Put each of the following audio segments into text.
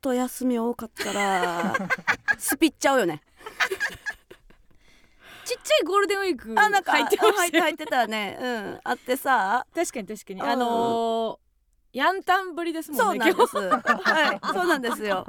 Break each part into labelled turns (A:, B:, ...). A: と休み多かった らスピっちゃうよね
B: ちっちゃいゴールデンウィーク
A: あなんか
B: 入ってま
A: 入
B: し
A: ったて
B: よ
A: 入ってたねうんあってさ
B: 確かに確かに
A: うん
B: あのー、やんたんぶりです
A: そ
B: も
A: うんな
B: ね
A: んですはいそうなんですよ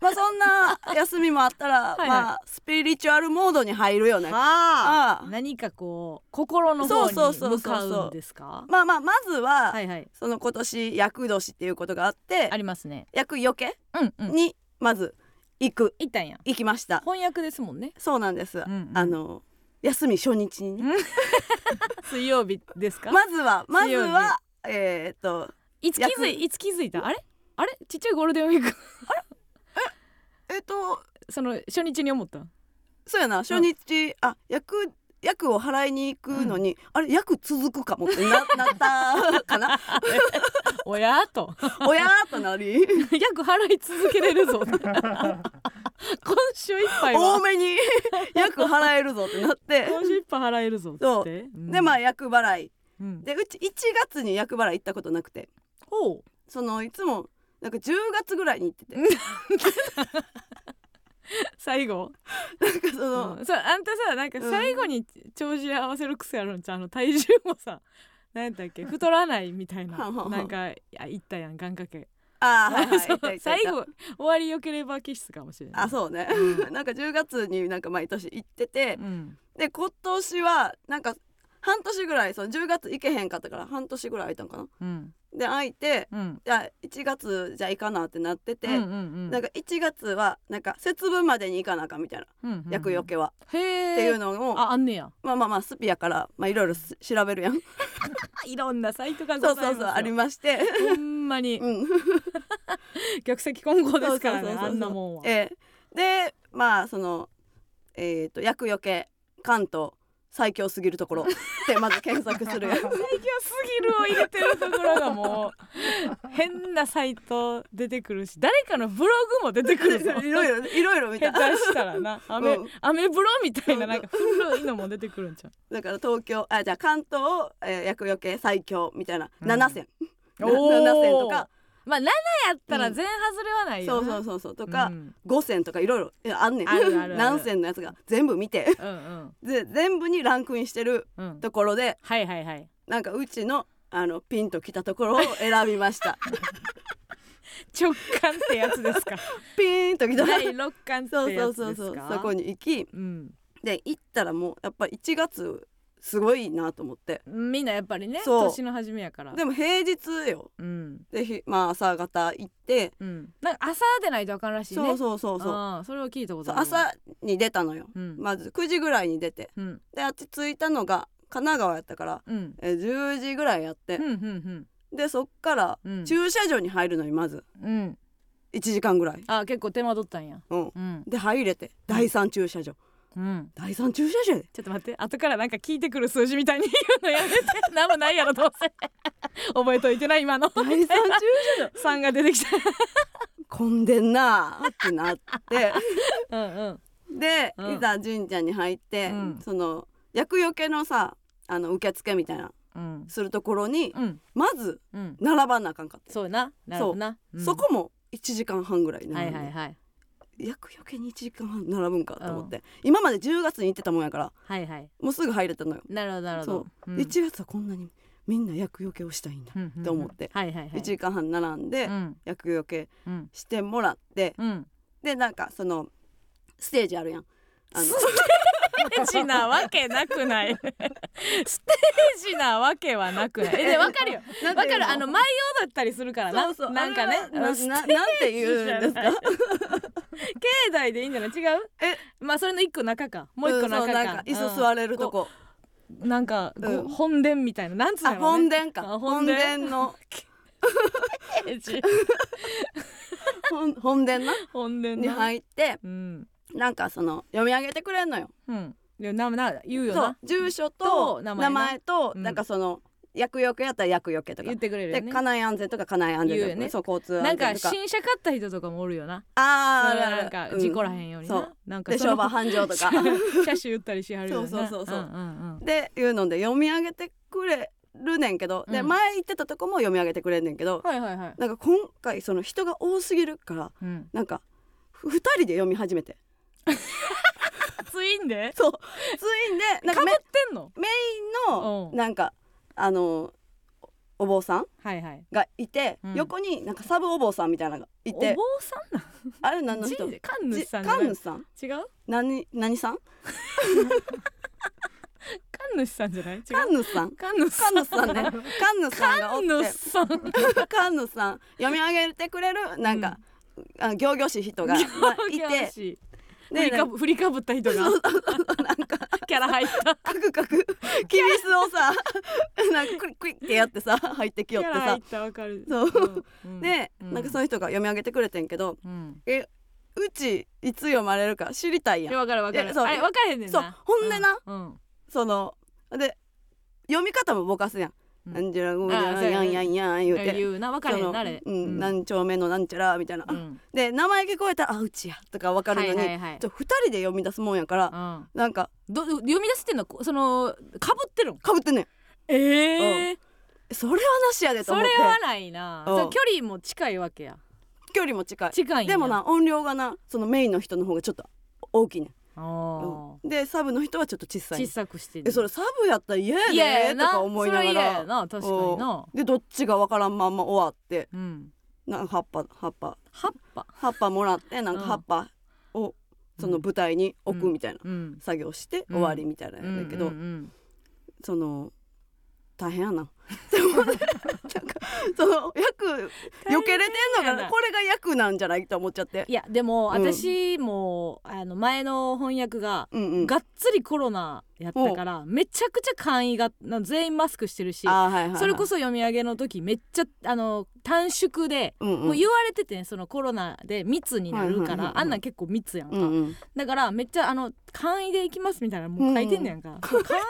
A: まあそんな休みもあったら
B: いはい
A: まあスピリチュアルモードに入るよね
B: はあ
A: ああ
B: 何かこう心の
A: そ
B: 方
A: う
B: に
A: そうそうそう
B: 向かうんですか
A: まあまあまずは、
B: はいはい
A: その今年厄年っていうことがあって
B: ありますね
A: 厄よけ
B: うんうん
A: にまず行く
B: いったんや
A: 行きました
B: 翻訳ですもんね
A: そうなんです、
B: んうん
A: あの休み初日にね
B: 水曜日ですか、
A: まずはまず
B: 強いね
A: はえーっと
B: いつ気づいいつ気づいたあれあれちっちゃいゴールデンウィーク
A: えーっと
B: その初日に思ったん
A: そうやな初日、あ役役を払いに行くのに、あれ役続くかも ってななったかな
B: おやーと
A: おやーとなり
B: 約払い続けれるぞ 今週いっぱい
A: 多
B: は
A: め に役払えるぞってなって
B: 今週いっぱい払えるぞっつって
A: そう
B: うん
A: でまあ役払い
B: うん
A: でうち1月に役払い行ったことなくて
B: ほう
A: そのいつもなんか10月ぐらいに行ってて
B: 最後
A: なんかその、
B: うんそうあんたさなんか
A: うん
B: 最後に調子合わせる癖あるんちゃうあの体重もさ 何やったっけ太らないみたい
A: は
B: なん
A: はんはん
B: なんかいや言ったやん願掛け
A: あーはいはい
B: そう
A: いたいたい
B: 最
A: た
B: 後終わりよければ気質かもしれない
A: あそうね、 なんか10月になんか毎年行ってて、
B: うん
A: で今年はなんか半年ぐらいその10月行けへんかったから半年ぐらい空いたんかな
B: うん
A: で空いて
B: うん
A: じゃあ1月じゃあ行かなってなってて、
B: うんうん
A: なんか1月はなんか節分までに行かなあかんみたいな
B: うんうんうん
A: 厄除けは、
B: へえ
A: っていうのを
B: ああんねや
A: まあまあまあスピやからまあいろいろす調べるや ん
B: あいろんなサイトがござ
A: そ
B: いうますよ
A: そうそうありまして
B: ほんまに
A: うん
B: 逆席混合ですから
A: そうそうそう
B: ね
A: そう
B: あんなもんは
A: ええでまあそのえっ、と厄除け関東最強すぎると ころってまず検索するやん
B: 最強すぎるを入れてるところがも う変なサイト出てくるし誰かのブログも出てくるぞ
A: いろいろいろいろ見
B: 下
A: た
B: 手したらな雨、
A: うん
B: 雨ブロみたいな
A: うん
B: なんか古いのも出てくるんちゃ
A: だから東京あじゃあ関東を、えー、厄除け最強みたいな、
B: うん
A: 7選
B: う
A: な7選とか
B: まあ7やったら全外れはない
A: そ
B: よ
A: う
B: な、
A: そうそうそうとか、
B: うん
A: 五5選とかいろいろいやあんねん
B: あるあるある
A: 何選のやつが全部見て
B: うんうん
A: で全部にランクインしてる
B: うん
A: ところで
B: はいはいはい
A: なんかうちのあのピンときたところを選びました
B: 直感ってやつです か
A: ピンときた
B: 第6感って
A: そうそ
B: や
A: う
B: つですか
A: そうそうそこに行き
B: うん
A: で行ったらもうやっぱ1月すごいなと思って
B: みんなやっぱりね
A: そう
B: 年の初めやから
A: でも平日よ
B: うん
A: でひまあ朝方行って、
B: うんなんか朝でないとあかんらしいね
A: そうそうそうそう
B: ああそれは聞いたこと
A: そう
B: あるわ
A: 朝に出たのよ、
B: うん
A: まず9時ぐらいに出て
B: うん
A: であっち着いたのが神奈川やったから
B: うん
A: え10時ぐらいやって
B: うんう、ん
A: でそっから
B: うん
A: 駐車場に入るのにまず
B: うん
A: 1時間ぐらい、
B: あ結構手間取ったんや
A: うん、
B: うん
A: で入れて第3駐車場、
B: うん
A: 第3駐車 場で
B: ちょっと待って後からなんか聞いてくる数字みたいに言うのやめて 何もないやろどうせ 覚えといてない今の
A: 第3駐車場
B: 3が出てきた
A: 混んでんなーってな って
B: うんうん
A: で、
B: うん
A: いざ神社に入って、
B: うん
A: その厄除けのさあの受付みたいな
B: うん
A: するところに
B: うん
A: まず
B: うん
A: 並ばなあかんかった、
B: そうやななるほどなうん
A: そこも1時間半ぐらい
B: は
A: 並ん
B: い
A: で
B: はいはい
A: 厄除けに1時間半並ぶんかと思って、今まで10月に行ってたもんやから
B: はいはい
A: もうすぐ入れたのよ、
B: なるほどなるほど
A: そう、
B: ん
A: 1月はこんなにみんな厄除けをしたいんだ、
B: うんうんうん
A: と思って
B: はいはいはい
A: 1時間半並んで
B: うん
A: 厄除け
B: うん
A: してもらって、
B: うん
A: でなんかそのステージあるやんあの
B: ステージなわけなくないステージなわけはなくないえでわかるよ
A: なん
B: わ
A: て
B: か
A: いうの
B: るあの舞踊だったりするからな
A: そうそう
B: なんかね
A: あれはな
B: ステー
A: ななんて
B: ジ
A: 言うんです
B: じ
A: か
B: ゃない境内でいいんじゃない違う
A: え
B: まあそれの一個中かもう一個中
A: んそう
B: か,、
A: なんか椅子座れるとこ、
B: うんなんか、ご
A: うん
B: 本殿みたいななんつうの
A: あ
B: やろ
A: 本
B: ね
A: 殿か
B: あ
A: 本
B: 本殿
A: 殿の
B: ステージ
A: 本本殿な
B: 本殿
A: に
B: な
A: 入って
B: うん
A: なんかその読み上げてくれんのよ
B: うんいやなな言うよ
A: そう
B: な
A: 住所
B: と
A: と
B: 名
A: 名
B: 前な
A: 前と
B: うん
A: なんかその厄除けやったら厄除けとか
B: 言ってくれる
A: で
B: よね
A: 家内安全とか家内安全と
B: 言う
A: か、
B: よね
A: そう交通
B: な
A: 安
B: んか
A: 全とか
B: 新車買った人とかもおるよな
A: あーあ
B: そ
A: る
B: れ
A: ある
B: なんか事故らへんようにな、
A: うんそう
B: なんか
A: で
B: その
A: 商売繁盛とか
B: 車種言ったりしはるよな
A: そうそうそうそうん
B: うんうん
A: でいうので読み上げてくれるねんけど、で
B: うん
A: 前行ってたとこも読み上げてくれんねんけど、
B: はいはいはい。
A: なんか今回その人が多すぎるから
B: うん。
A: なんかふ二人で読み始めて
B: 熱いんで。
A: そうついんでなんか
B: かぶ
A: メ
B: っ
A: イ
B: てん
A: ン
B: の。
A: の
B: うん
A: なんかあのお坊さん
B: はいはい。
A: がいて、
B: うん
A: 横になんかサブお坊さんみたいなのがい
B: お
A: て
B: 坊さんなん。
A: あれ何の人
B: 神神主さんじゃ
A: カ
B: ない。
A: ンヌ
B: 違
A: さん
B: う。
A: 何何さん
B: 神主さんじゃない。違う。
A: カンヌさん
B: 神主
A: カ
B: さ
A: ン
B: ん。
A: ヌさん ねカンヌさんがおっ
B: 神主
A: て
B: さん。
A: カンヌさん読み上げてくれるなんか、あの行々しい人 が、まあいて
B: て。振
A: で
B: りかぶ振りかぶった人がキャラ入った
A: カクカクキビスをさ なんかクリックリッってやってさ入ってき
B: キ
A: よ
B: ャ
A: って
B: ラ入
A: さ
B: ったわかる
A: そう、
B: ん
A: で、なんかその人が読み上げてくれてんけど
B: うん
A: えうちいつ読まれるか知りたいや
B: で
A: ん
B: わかるわか
A: い
B: る
A: やそう
B: あれわかれへんねん
A: そう
B: な
A: ほんでな
B: うんうん
A: そので読み方もぼかすやん、
B: うん
A: なんちゃらごじ
B: あ
A: ゃ
B: ー
A: ら
B: そう
A: やん
B: やね
A: やんやん言うて
B: 言うなわかれへんなあれ
A: そのうん、何丁目のなんちゃらみたいな、
B: うん
A: で名前聞こえたらあうちやとかわかるのに、
B: はいはいはい
A: ちょ2人で読み出すもんやから、
B: うん
A: なんか
B: ど読み出すってんのはこそのかぶってるの
A: かぶってんねん
B: ええ
A: それはなしやでと
B: そ
A: 思っ
B: れ
A: て
B: はないな
A: うん
B: そう距離も近いわけや
A: 距離も近い
B: 近いんや
A: でもな音量がなそのメインの人の方がちょっと大きいねん
B: あ
A: うん
B: ー
A: でサブの人はちょっと小さいね
B: 小
A: ん
B: さくして
A: えそれサブやったら嫌
B: いやい
A: やで
B: や
A: と
B: な
A: か
B: そ
A: 思い
B: れ
A: な
B: は
A: が
B: 嫌や
A: ら
B: な確かにな
A: でどっちがわからんまんま終わって
B: うん
A: なんか葉っぱ葉っぱ
B: 葉っぱ
A: 葉っぱもらってなんか
B: うん
A: 葉っぱをその舞台に置くみたいな
B: うん
A: 作業して終わりみたいな
B: うんん
A: だけど
B: うんうん
A: その大変やな。 でもなんかその役避けれてんの
B: 大変や
A: が
B: な
A: これが役なんじゃないと思っちゃって
B: い。やでも
A: うん
B: 私も、あの前の翻訳が、
A: うんうん。
B: がっつりコロナやったからめちゃくちゃ簡易がな全員マスクしてるし
A: あーはいはいはい。
B: それこそ読み上げの時めっちゃあの短縮で、
A: うんうん。
B: もう言われててねそのコロナで密になる
A: はいはい
B: から、
A: はいはい
B: あんなん結構密やんか、
A: うんうん。
B: だからめっちゃあの簡易でいきますみたいなもう書いてんねやんか、 簡易や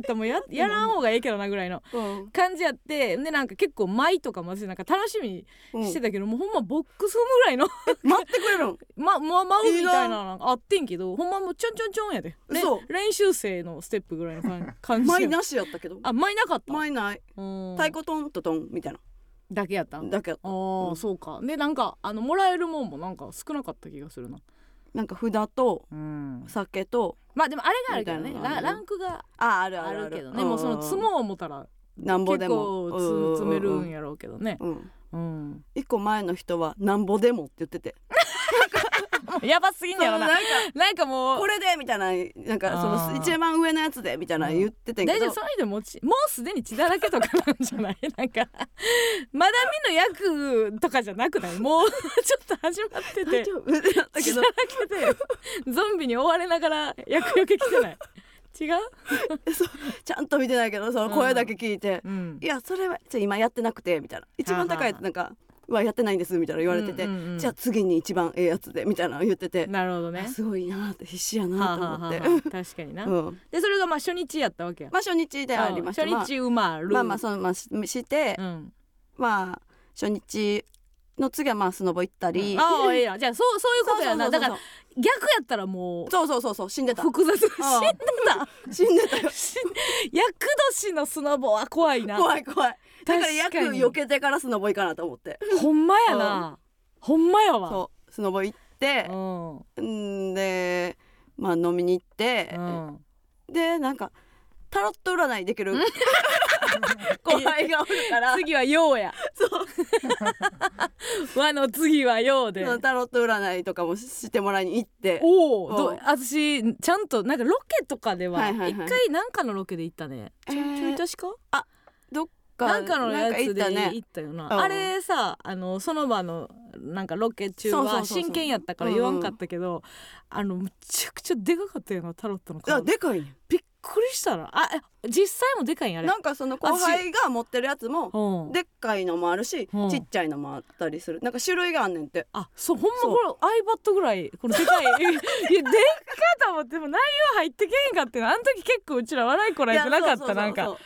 B: ったらもうややらん方がええけどなぐらいの
A: うん
B: 感じやってでなんか結構舞とかも私なんか楽しみ
A: うん
B: にしてたけど、もうほんまボックスホームぐらいの
A: 待ってくれるん。
B: ま、ま、舞うみたいなのがあってんけどほんまもうちょんちょんちょんやでれ
A: 嘘
B: 練習生のステップぐらいの 感感じ
A: 前
B: や
A: なしやったけど。
B: あ舞なかった
A: 前ない。
B: うん
A: 太鼓トントトンみたいな
B: だけやった
A: だけど
B: あー、
A: うん
B: そうかでなんかあのもらえるもんもなんか少なかった気がするな
A: なんか札と
B: うん
A: 酒と
B: まあでもあれがあるけどね
A: みたいなのがあ
B: ラ
A: る
B: ランクが
A: ああるあ
B: あ
A: る
B: る
A: ある
B: けどねもうその
A: つ
B: 積もう思ったら
A: なんぼ
B: 結
A: でも
B: 構つ詰めるん
A: や。
B: やろうけどね
A: うんうんうん。
B: うん
A: 一個前の人はなんぼでもって言ってて。
B: やばすぎんや
A: そ
B: ろ
A: の
B: な
A: んか
B: なんかもう
A: これでみたいななんかそ
B: あ
A: の
B: ー
A: 一番上のやつでみたいな言っててんけ
B: 大
A: ど、
B: 丈夫その人もちもうすでに血だらけとかなんじゃない なんかまだ見の役とかじゃなくないもうちょっと始まって
A: 大
B: て
A: 丈夫だったけ
B: 血
A: ど
B: だらけでゾンビに追われながら役よけ来てない違う、
A: ちゃんと見てないけどその声だけ聞いて
B: うん
A: 「いやそれはじゃあ今やってなくて」みたいな一番高いやつなんか「はやってないんです」みたいな言われてて、
B: うんうんうん
A: じゃあ次に一番ええやつでみたいなの言ってて、
B: なるほどね
A: すごいなって必死や
B: は
A: な
B: あ
A: と
B: はあ
A: 思っ
B: は
A: て、
B: あはあ確かにな、
A: うん、
B: でそれがまあ初日やったわけや、
A: まあ初日でありました、
B: うん初日馬ルー
A: まあまあまあそのまあしして、
B: うん、
A: まあ初日の次はまあスノボ行ったり、
B: ああええやんじゃあそうそういうことやなだから
A: ら
B: 逆やったらもう
A: そうそうそうそう死んでた
B: 複雑死んで
A: ああ
B: た
A: 死んでたよ
B: し厄年のスノボは怖いな
A: 怖い怖いだから
B: 確
A: 役
B: かに
A: 避けてからスノボ行かなと思って
B: ほんまやなほんまやわ
A: そうスノボ行って
B: う、んうん
A: んでまあ飲みに行って、でなんかタロット占いでき る後輩がおるから
B: 次はようや
A: そう
B: 和の次はよう
A: そ
B: で
A: のタロット占いとかもしてもらいに行って
B: おお
A: う
B: ど
A: ん
B: 私ちゃんとなんかロケとかでは
A: はい
B: 一
A: はいはい
B: 回なんかのロケで行ったねちょい
A: えー
B: ちょい確か
A: どっか
B: なんかのやつで
A: なんか行ったね
B: 行った
A: う
B: よ
A: ん
B: なあれさあのその場のなんかロケ中
A: そうそうそ
B: は
A: うそう
B: 真剣やったから言わんかったけどあのむちゃくちゃでかかったよなタロットの
A: あ
B: 顔
A: でかいね
B: びっくりしたなあえ実際もでかいんやあれ
A: なんかその後輩が持ってるやつも
B: うん
A: でっかいのもあるし、
B: うん
A: ちっちゃいのもあったりするなんか種類があんねんって
B: あそうほんまこれ iPad ぐらいこので かいいやでっかと思ってでも内容入ってけえへんかってなあの時結構うちら笑いこらえてなか
A: い
B: ったなん
A: やそうそうそう
B: か
A: そう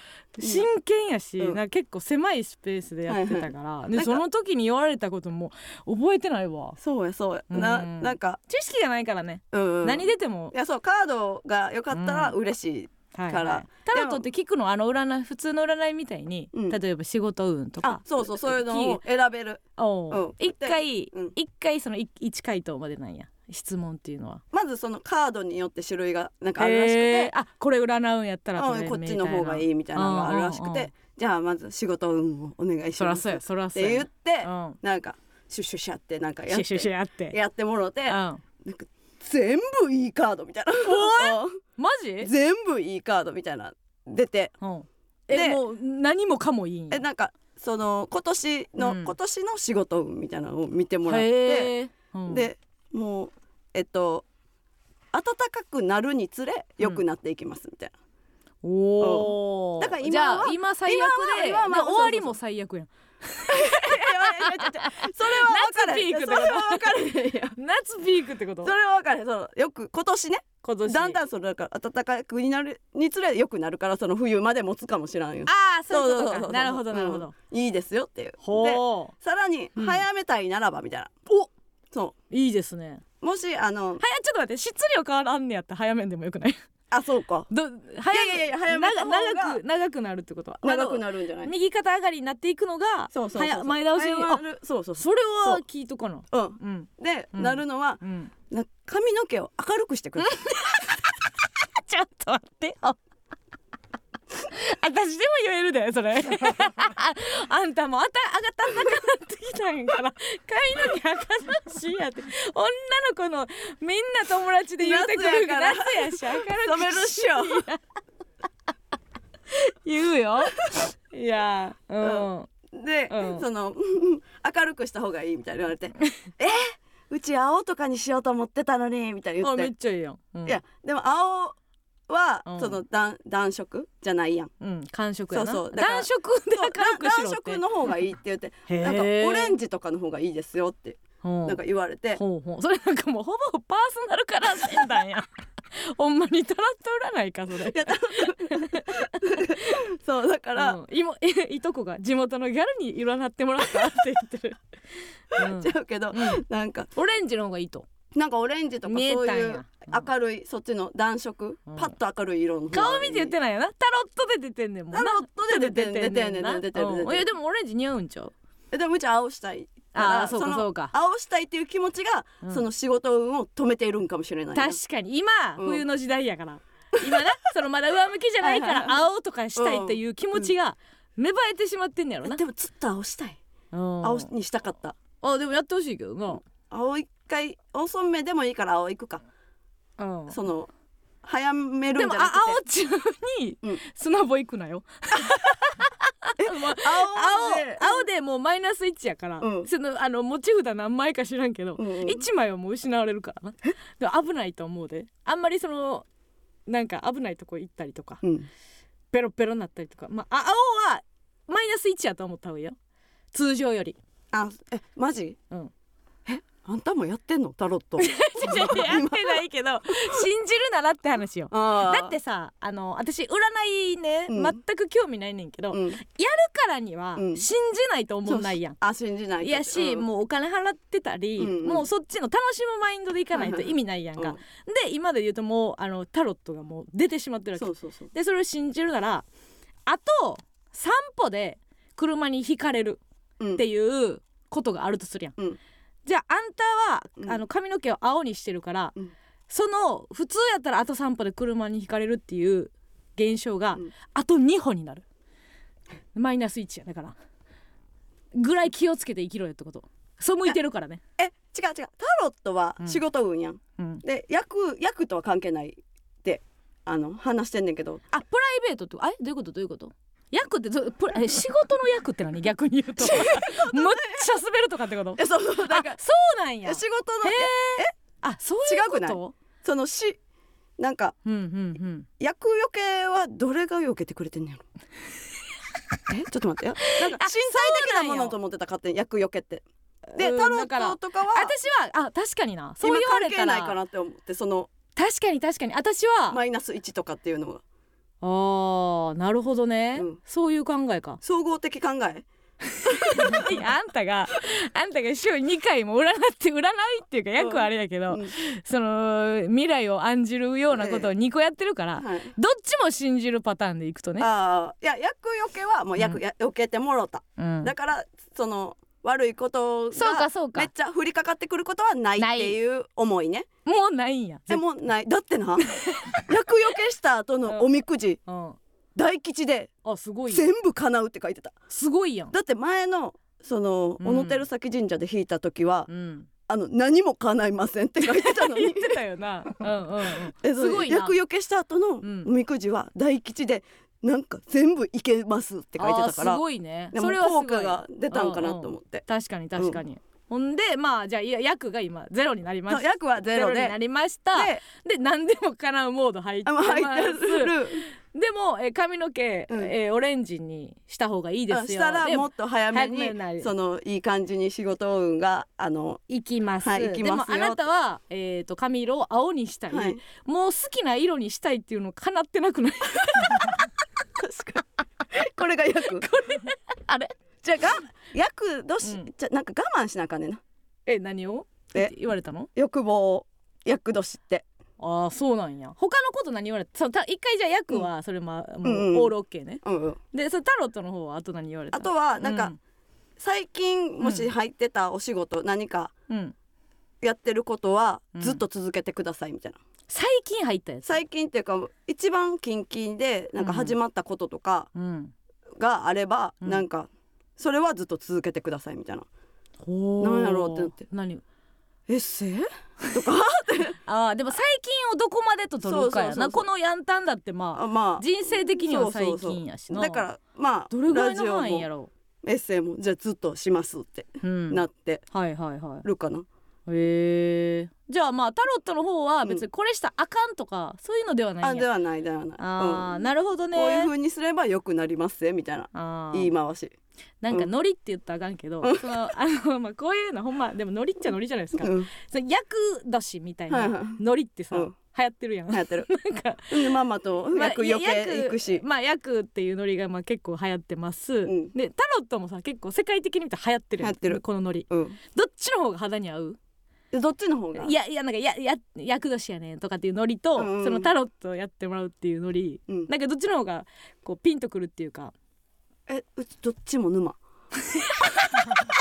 B: 真剣やし、
A: うん
B: なんか結構狭いスペースでやってたから、
A: な
B: で
A: んか
B: その時に言われたことも覚えてないわ
A: そうやそうや、な
B: うん
A: なんか、
B: 知識がないからね、
A: うんうん、
B: 何出ても
A: いやそうカードが良かったら嬉しい
B: はい
A: から
B: はいタロットって聞くのあの占い普通の占いみたいに、
A: うん
B: 例えば仕事運と
A: あ
B: か
A: そうそうそういうのを選べる
B: おう
A: うん
B: 一回、
A: うん
B: 一回そのい一回答までなんや質問っていうのは。
A: まずそのカードによって種類がなんかあるらしくて、
B: へーあこれ占うんやったらこ
A: う
B: れ
A: ん、こっち
B: み
A: の
B: たいな
A: 方がいいみたいなのがあるらしく
B: うん
A: て、
B: うんうん
A: じゃあまず仕事運をお願いし
B: そら
A: ま
B: そ
A: す
B: うや
A: っ
B: そらそ
A: て
B: うや
A: 言って、
B: うん
A: なんかシュッシュシャってなんかや
B: シ
A: っ
B: ュ
A: て
B: シュシュやって
A: やってもろて
B: うん
A: 全部いいカードみたいな
B: マジ
A: 全部いいカードみたいな出て
B: うん
A: で
B: えもう何もかもいいんや
A: えなんかその今年の、
B: うん
A: 今年の仕事運みたいなのを見てもらって、
B: へーうん
A: でもうえっと暖かくなるにつれ良くなっていきますみたい な、
B: おお
A: だから今
B: じゃ
A: は
B: あ今最悪で
A: 今は今は
B: で終わりも最悪やん
A: それは分かる
B: 夏ピークっ
A: そ
B: てこと
A: れは分かる
B: 夏ピークってこと
A: それは分かるそのよく今年ね
B: 今年
A: だんだんそのだから暖かくになるにつれ良くなるからその冬まで持つかもしらんよ
B: ああそういうことかなるほどなるほど、
A: うんいいですよっていうで
B: ほ
A: さらに
B: うん
A: 早めたいならばみたいな、おそう
B: いいですねはや
A: うもしあの
B: ちょっと待って質量変わらんねやったら早めんでもよくない
A: あそうか
B: ど早
A: いやいやいや早めた
B: 長
A: 方が
B: 長く長くなるってことは
A: 長くなるんじゃな
B: あの
A: い
B: 右肩上がりになっていくのが
A: そうそうそう
B: 早前倒しに
A: 早
B: あ
A: まるそうそうそ
B: それは
A: そう
B: 聞いとかな
A: ううん
B: うん
A: で、
B: うん
A: なるのは
B: うん
A: な髪の毛を明るくしてく れる
B: ちょっと待ってよ 私でも言えるで それあんたもあた上がったんなくなってきたんやから髪の毛赤らしいやって女の子のみんな友達で言うてくる
A: 夏やから
B: 夏やし赤ら
A: 染めるっしょ
B: 言うよいやうん、
A: で、
B: うん
A: その明るくした方がいいみたいに言われて「えうち青とかにしようと思ってたのに」みたいに言
B: あ
A: っ
B: め
A: て
B: っちゃいいやん、うん、
A: いやでも青は、
B: うん
A: その暖暖色じゃないやん
B: うん寒色やな
A: そうそうだから
B: 暖色で 明るくしろ
A: 暖
B: って
A: 色の方がいいって言って
B: へー
A: なんかオレンジとかの方がいいですよって
B: うん
A: なんか言われて
B: ほうほうそれなんかもうほぼパーソナルカラー診 断やほんまにタラット占いかそれ
A: そうだから、
B: うんいも いとこが地元のギャルに占ってもらったって言ってる、 うん
A: ちゃうけど、
B: うん
A: なんか
B: オレンジの方がいいと
A: なんかオレンジとか
B: 見え
A: そう
B: たん
A: いう
B: やうん
A: 明るいそっちの暖色、
B: うん
A: パッと明るい色の方がいい
B: 顔見て言ってないよなタロットで出てんねんもんな
A: タロットで出てんねん
B: な
A: 出てる出てる出てる
B: うんいやでもオレンジ似合うんちゃう
A: えでもうち青したいから
B: あーそうか
A: の
B: そうか
A: 青したいっていう気持ちが、
B: うん
A: その仕事運を止めているんかもしれないな
B: 確かに今、
A: うん
B: 冬の時代やから今なそのまだ上向きじゃないか
A: はい
B: ら
A: は
B: 青とかしたいっていう気持ちが芽生えてしまってんねやろな
A: え、でもずっと青したい
B: うん
A: 青にしたかった
B: あでもやってほしいけどな、
A: 青一回遅めでもいいから青行くか
B: うん
A: その早める
B: で
A: ん
B: も
A: じゃ
B: あ
A: なくて
B: 青中に
A: うん
B: スノボ行くなよ。もう
A: 青で
B: 青青でもうマイナス1やから、
A: うん
B: そのあの持ち札何枚か知らんけど、
A: うんうん
B: 1枚はもう失われるからなでも危ないと思うであんまりそのなんか危ないとこ行ったりとか
A: うん
B: ペロペロになったりとか、まあ、あ青はマイナス1やと思った方がいいよ通常より。
A: あえマジ
B: うん
A: あんたもやってんのタロッ ト
B: やってないけど信じるならって話よ。
A: あー
B: だってさあの私占いね、
A: うん
B: 全く興味ないねんけど、
A: うん
B: やるからには
A: うん
B: 信じないと思んないやん。
A: あ信じない
B: いやし、
A: うん
B: もうお金払ってたり、
A: うんうん
B: もうそっちの楽しむマインドでいかないと意味ないやんか、
A: うん
B: で今で言うともうあのタロットがもう出てしまってるわけ
A: そうそうそう
B: でそれを信じるならあと散歩で車にひかれる
A: うん
B: っていうことがあるとするやん、
A: うん
B: じゃああん
A: う
B: た
A: ん
B: はあの髪の毛を青にしてるから、
A: うん
B: その普通やったらあと散歩で車にひかれるっていう現象が、
A: うん
B: あと2歩になるマイナス1やだからぐらい気をつけて生きろよってことそう向いて るからね、
A: え違う違うタロットは仕事運やん
B: うん、
A: で役役とは関係ないってあの話してんねんけど
B: あプライベートってあれどういうことどういうこと役ってどプラえ仕事の役って何逆に言 うとむっちゃ滑るとかってこと
A: えそうそうだから
B: あそうなんや
A: 仕事の
B: へあそういうこと
A: 違くないそのしなんか
B: うんうんうん
A: 厄除けはどれが避けてくれてんね やろえちょっと待ってなんか
B: あ
A: 身体的なものと思ってた勝手に厄除けってで
B: うん
A: タロ
B: だか
A: ッ
B: ら
A: トとかは
B: 私はあ確かになそう
A: 今
B: 言わ
A: 関
B: れ
A: 係
B: た
A: な
B: ら
A: いかなって思ってその
B: 確かに確かに私は、
A: マイナス1とかっていうのが
B: あーなるほどね、
A: うん
B: そういう考えか
A: 総合的考え
B: いやあんたがあんたが週2回も占って占いっていうか役はあれやけど、
A: うん
B: その未来を案じるようなことを2個やってるから、
A: はい
B: どっちも信じるパターンでいくとね、
A: ああいや厄除けはもう厄や、避けてもろた、
B: うん
A: だからその悪いことが
B: そうかそうか
A: めっちゃ降りかかってくることはないっていう思いね
B: もうないんや
A: でもうないだって な厄除けした後のおみくじ
B: うん、
A: 大吉で
B: あすごいやん
A: 全部叶うって書いてた
B: すごいやん、
A: だって前のその
B: うん
A: 小野照崎神社で引いた時は、
B: うん、
A: あの何も叶いませんって書いてたの
B: 言っ
A: に
B: てたよなうんうんうん
A: えそう
B: すごいな
A: 厄除けした後のお
B: うん
A: みくじは大吉でなんか全部いけますって書いてたか
B: あー
A: ら
B: すごいね
A: で
B: そ
A: も
B: れはすご
A: 効
B: い
A: 果が出たんかなと思って。
B: 確かに確かに、ほんでまあじゃあいや役が今ゼロになりました
A: 役はゼロ
B: にな
A: で。
B: りましたで
A: で、
B: 何でも叶うモード入って
A: あ
B: ま
A: の、
B: す
A: 入ってる。
B: でも、えー髪の毛、
A: うん
B: えーオレンジにした方がいいですよ
A: あしたら
B: で
A: もっと早め
B: 早めにな
A: に
B: る
A: そのいい感じに仕事運があの、
B: 行きます,、
A: はい行きます
B: で
A: よ
B: もあなたは、えー、と髪色を青にしたい、
A: はい、
B: もう好きな色にしたいっていうの叶ってなくない
A: 確かにこれが 役
B: あれ
A: じ ゃあが役どし、
B: うん
A: じゃなんか我慢しなあかんねんな
B: え何を
A: え
B: って言われたの
A: 欲望役年って
B: ああそうなんや他のこと何言われたそうた一回じゃあ役はそれも、も
A: うんうん
B: うオールオッケーね
A: うんうん
B: でそれタロットの方はあと何言われた
A: あとはなんか、最近も
B: う
A: し
B: ん
A: 入ってたお仕事、何か
B: うん、うん
A: やってることは
B: うん
A: ずっと続けてくださいみたいな、
B: 最近入ったやつ
A: 最近っていうか一番近々でなんか始まったこととか
B: うん
A: があれば、
B: うん
A: なんかそれはずっと続けてくださいみたいな
B: ほー
A: 何やろうってなって
B: 何
A: エッセイ
B: ああでも最近をどこまでと取るかやな
A: そうそうそうそう
B: このヤンタンだってま
A: あま
B: あ
A: あ
B: 人生的には最近やしな
A: だからまあ
B: どれぐらいの範囲や
A: ラジ
B: ろ
A: オもエッセイもじゃあずっとしますって
B: う、うん、
A: なって
B: はいはいは
A: るかな、
B: いへえじゃあまあタロットの方は別にこれしたらあかんとか、そういうのではな
A: あ
B: いん
A: で
B: や
A: はないではない、
B: あー、
A: うん
B: なるほどね
A: こういう風にすれば良くなりますぜみたいな
B: あー
A: 言い回し、
B: なんかノリって言ったらあかんけど、そのあの、まあ、こういうのほんまでもノリっちゃノリじゃないですか、
A: うん、
B: その役年みたい
A: はいは
B: ないノリってさ、
A: うん
B: 流行ってるやん、
A: 流行ってる
B: なんか
A: うんママと
B: まあ
A: 役
B: や
A: 余計行くし、
B: まあ役っていうノリがまあ結構流行ってます、
A: ん
B: でタロットもさ結構世界的に見たら流行ってるやん
A: 流行ってる
B: このノリ
A: うん
B: どっちの方が肌に合う
A: でどっちの方が
B: いやいやなんかやや役年やねんとかっていうノリと、
A: うん
B: そのタロットやってもらうっていうノリ
A: うん、
B: なんかどっちの方がこうピンとくるっていうか
A: えうちどっちも沼
B: あ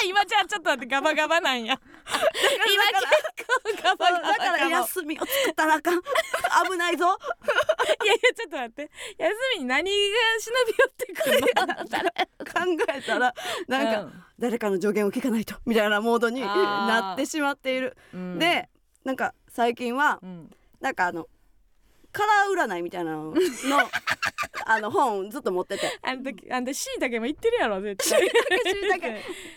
B: 今じゃあちょっと待ってガバガバなん や今結構ガバガバ
A: だから
B: いや
A: 休みを作ったらあかん危ないぞ
B: いやちょっと待って休みに何が忍び寄ってくるの
A: 考えたらなんか、誰かの助言を聞かないとみたいなモードに
B: あー
A: なってしまっている、
B: うん、
A: でなんか最近は
B: うん、
A: なんかあのカラー占いみたいな ののあの本ずっと持ってて
B: あんたあんたしいたけも言ってるやろ絶対
A: 椎茸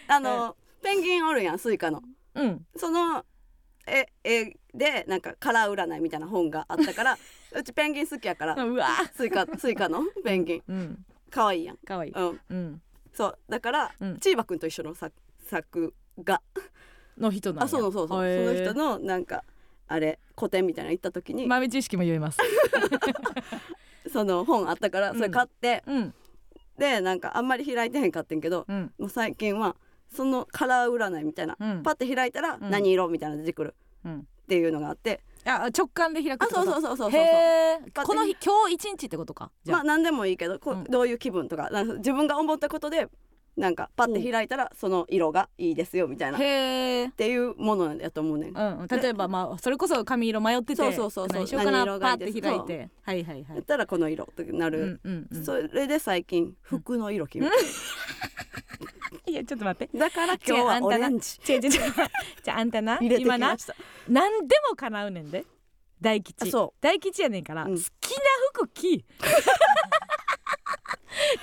A: あの、ペンギンおるやんスイカの
B: うん
A: その絵絵でなんかカラー占いみたいな本があったから うちペンギン好きやから
B: うわ
A: スイカスイカのペンギン
B: うん
A: 可愛いやん、
B: 可愛い
A: うん、
B: うん
A: そうだから、
B: うん
A: チーバくんと一緒の作作画
B: の人なんや
A: あそうそうそう、
B: へー
A: その人のなんかあれ古典みたいなの行った時に、
B: 豆知識も言 えます
A: その本あったからそれ買って、
B: うん
A: でなんかあんまり開いてへんかってんけど、
B: うん
A: もう最近はそのカラー占いみたいな、
B: うん
A: パッて開いたら
B: うん
A: 何色みたいなの出てくる
B: うん
A: っていうのがあって、
B: あ直感で開く
A: あそうそううそうそうそうそう
B: へえ
A: パッて
B: この日今日一日ってことかじ
A: ま
B: ゃ
A: あ何でもいいけどこう
B: うん
A: どういう気分とかなんか自分が思ったことでなんかパッて開いたらその色がいいですよみたいな
B: あ
A: っ
B: へえ
A: ていうものやと思うねん。
B: うん、例えばまあそれこそ髪色迷ってて
A: そうそうそうそう
B: 何しようか
A: 何
B: な
A: 色がいい
B: パ
A: で
B: ッ
A: す
B: て開いてはいはいは
A: やっ
B: い、
A: たらこの色ってな
B: う
A: る、
B: んうんうん、
A: それで最近服の色決めた
B: いやちょっと待って
A: だから今日はオレンジ
B: 違う違う違う じゃああんたな
A: 入れてき
B: 今な
A: ました。
B: 何でも叶うねんで大吉
A: あそ
B: 大吉やねんから、
A: うん
B: 好きな服着
A: あ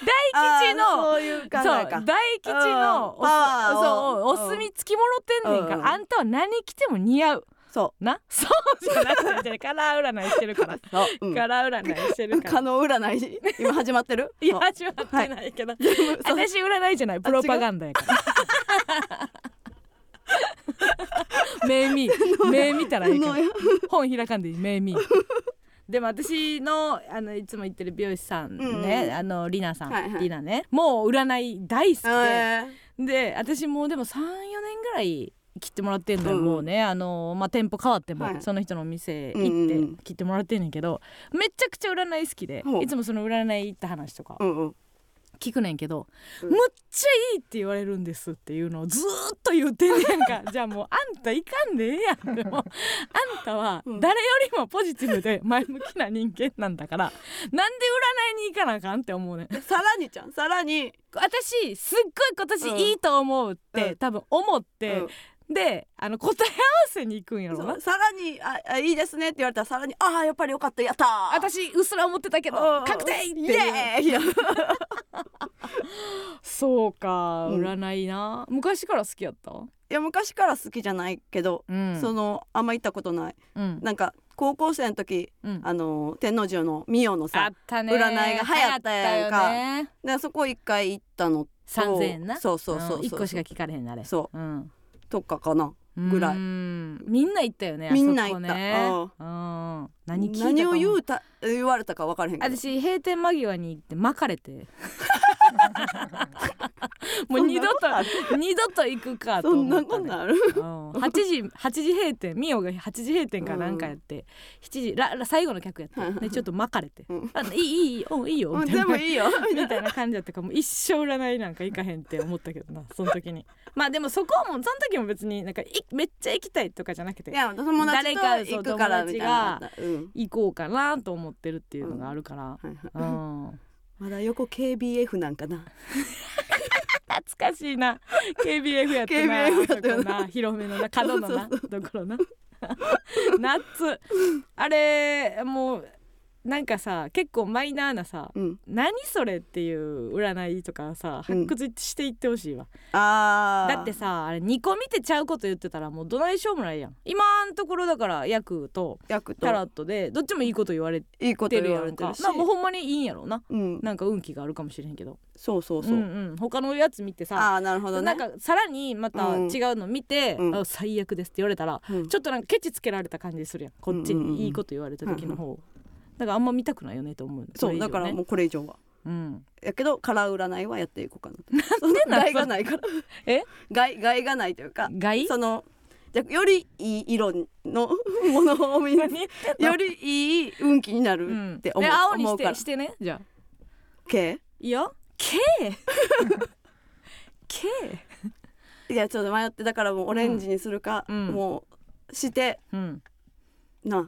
B: 大吉の
A: ーそういう考え
B: そう
A: か。
B: 大吉
A: う
B: の
A: ん
B: お
A: パワー
B: そう
A: を
B: お墨付きもろてんねんから、
A: うん
B: あんたは何着ても似合う
A: そ
B: な そうじゃなくてじゃあカラー占いしてるから
A: う。そう。うん
B: カラー占いしてるから
A: 可能占い今始まって る
B: いや
A: そう
B: 始まってないけど、
A: そう
B: 私占いじゃないプロパガンダやから 目見目見たらいいか
A: あの
B: ら本開かんでいい目見でも私のあのいつも行ってる美容師さんね、
A: うんうん
B: あのリナさん、
A: はいはい
B: リナねもう占い大好き
A: え
B: で、で私もうでも34年ぐらい切ってもらってんのよ、
A: うん
B: もうねあの、まあ、店舗変わっても、
A: はい
B: その人のお店
A: うんうんう
B: 行っ
A: ん
B: て切ってもらってんねんけど、めちゃくちゃ占い好きで
A: ほう
B: いつもその占い行った話とか
A: うんうん
B: 聞くねんけど、
A: うん
B: むっちゃいいって言われるんですっていうのをずーっと言ってんね んかじゃあもうあんたいかんでええやんでもあんたは
A: うん
B: 誰よりもポジティブで前向きな人間なんだ からなんで占いに行かなあかんって思うねん。
A: でさらにじゃんさらに
B: 私すっごい今
A: うん
B: 年いいと思うって、
A: うん
B: 多分思って、
A: うん
B: であの答え合わせに行くんやろうな
A: そうさらにああいいですねって言われたらさらにああやっぱりよかったやったー
B: 私うっすら思ってたけど
A: うん
B: 確定って
A: イ
B: いう
A: エーイい や
B: そうか
A: うん
B: 占いな、昔から好きやった
A: いや昔から好きじゃないけど、
B: うん
A: そのあんま行ったことない
B: うん
A: なんか高校生の時
B: うん
A: あの天王寺のミオの
B: あ
A: さ
B: ったね
A: 占いが流行ったやんか
B: 流行ったよね
A: でそこ一回行ったのと
B: 3000円な
A: そうそうそうそう
B: 一個しか聞かれへんなあれ、
A: そう
B: ん、
A: とかかな
B: ぐ
A: ぐらい
B: みんな行ったよね
A: みんな行った
B: あそこねうん何聞いたかも
A: を言うた言われたか分からへんけど
B: 私閉店間際に行って巻か れてもう二度
A: そんなことある
B: と二度と行くかと
A: そん
B: 思
A: な
B: った、
A: こ
B: ね
A: と、ある
B: うん8時8時閉店ミオが8時閉店かなんかやって、7時らら最後の客や
A: はい
B: っ
A: はいは
B: てで
A: い
B: ちょっと巻かれて「
A: うん
B: あいいいいおいいよ」
A: うん
B: みたい
A: で
B: な
A: も いいよ
B: みたいな感じやったからもう一生占いなんか行かへんって思ったけどなその時にまあでもそこはもうその時も別になんかいめっちゃ行きたいとかじゃなくて
A: いや友達と
B: 誰かそう
A: 行くからみたいな
B: 友
A: うん
B: 行こうかなと思ってるっていうのがあるから、
A: はいはい
B: うん、
A: まだ横 KBF なんかな
B: 懐かしいな KBF やってな
A: KBF やってな
B: あそこな広めのな角のな
A: そ
B: ところな 夏あれもうなんかさ結構マイナーなさ
A: うん
B: 何それっていう占いとかさ発掘していってほしいわ、
A: あー
B: だってさあれ2個見てちゃうこと言ってたらもうどないしようもないやん今んところだからヤクと
A: 役と
B: タロットでどっちもいいこと言われて
A: いいこと
B: る
A: 言
B: や
A: われ
B: ん
A: て
B: か
A: るし
B: まあもうほんまにいいんやろうな
A: うん
B: なんか運気があるかもしれへんけど
A: そうそうそううん
B: うん、他のやつ見てさ
A: ああなるほどね
B: なんかさらにまた
A: うん
B: 違うの見て、
A: うん
B: あ最悪ですって言われたら、
A: うん
B: ちょっとなんかケチつけられた感じするやんこっち
A: うんうんうん
B: にいいこと言われた時の方、だからあんま見たくないよねと思う
A: そ
B: れ
A: う
B: 以上
A: だ
B: ね
A: からもうこれ以上は
B: うん、
A: やけどカラー占いはやっていこう かなってその害がないから
B: え
A: 害害がないというか
B: 害
A: そのじゃよりいい色のものを見る よりいい運気にな
B: う
A: る
B: ん
A: って
B: で
A: 思う,、
B: 青に
A: 思
B: し
A: うから
B: てしてねじゃあ
A: OK
B: いいよ K K
A: いやちょっと迷ってだからもうオレンジにするか、
B: うんうん
A: もうして
B: うん
A: な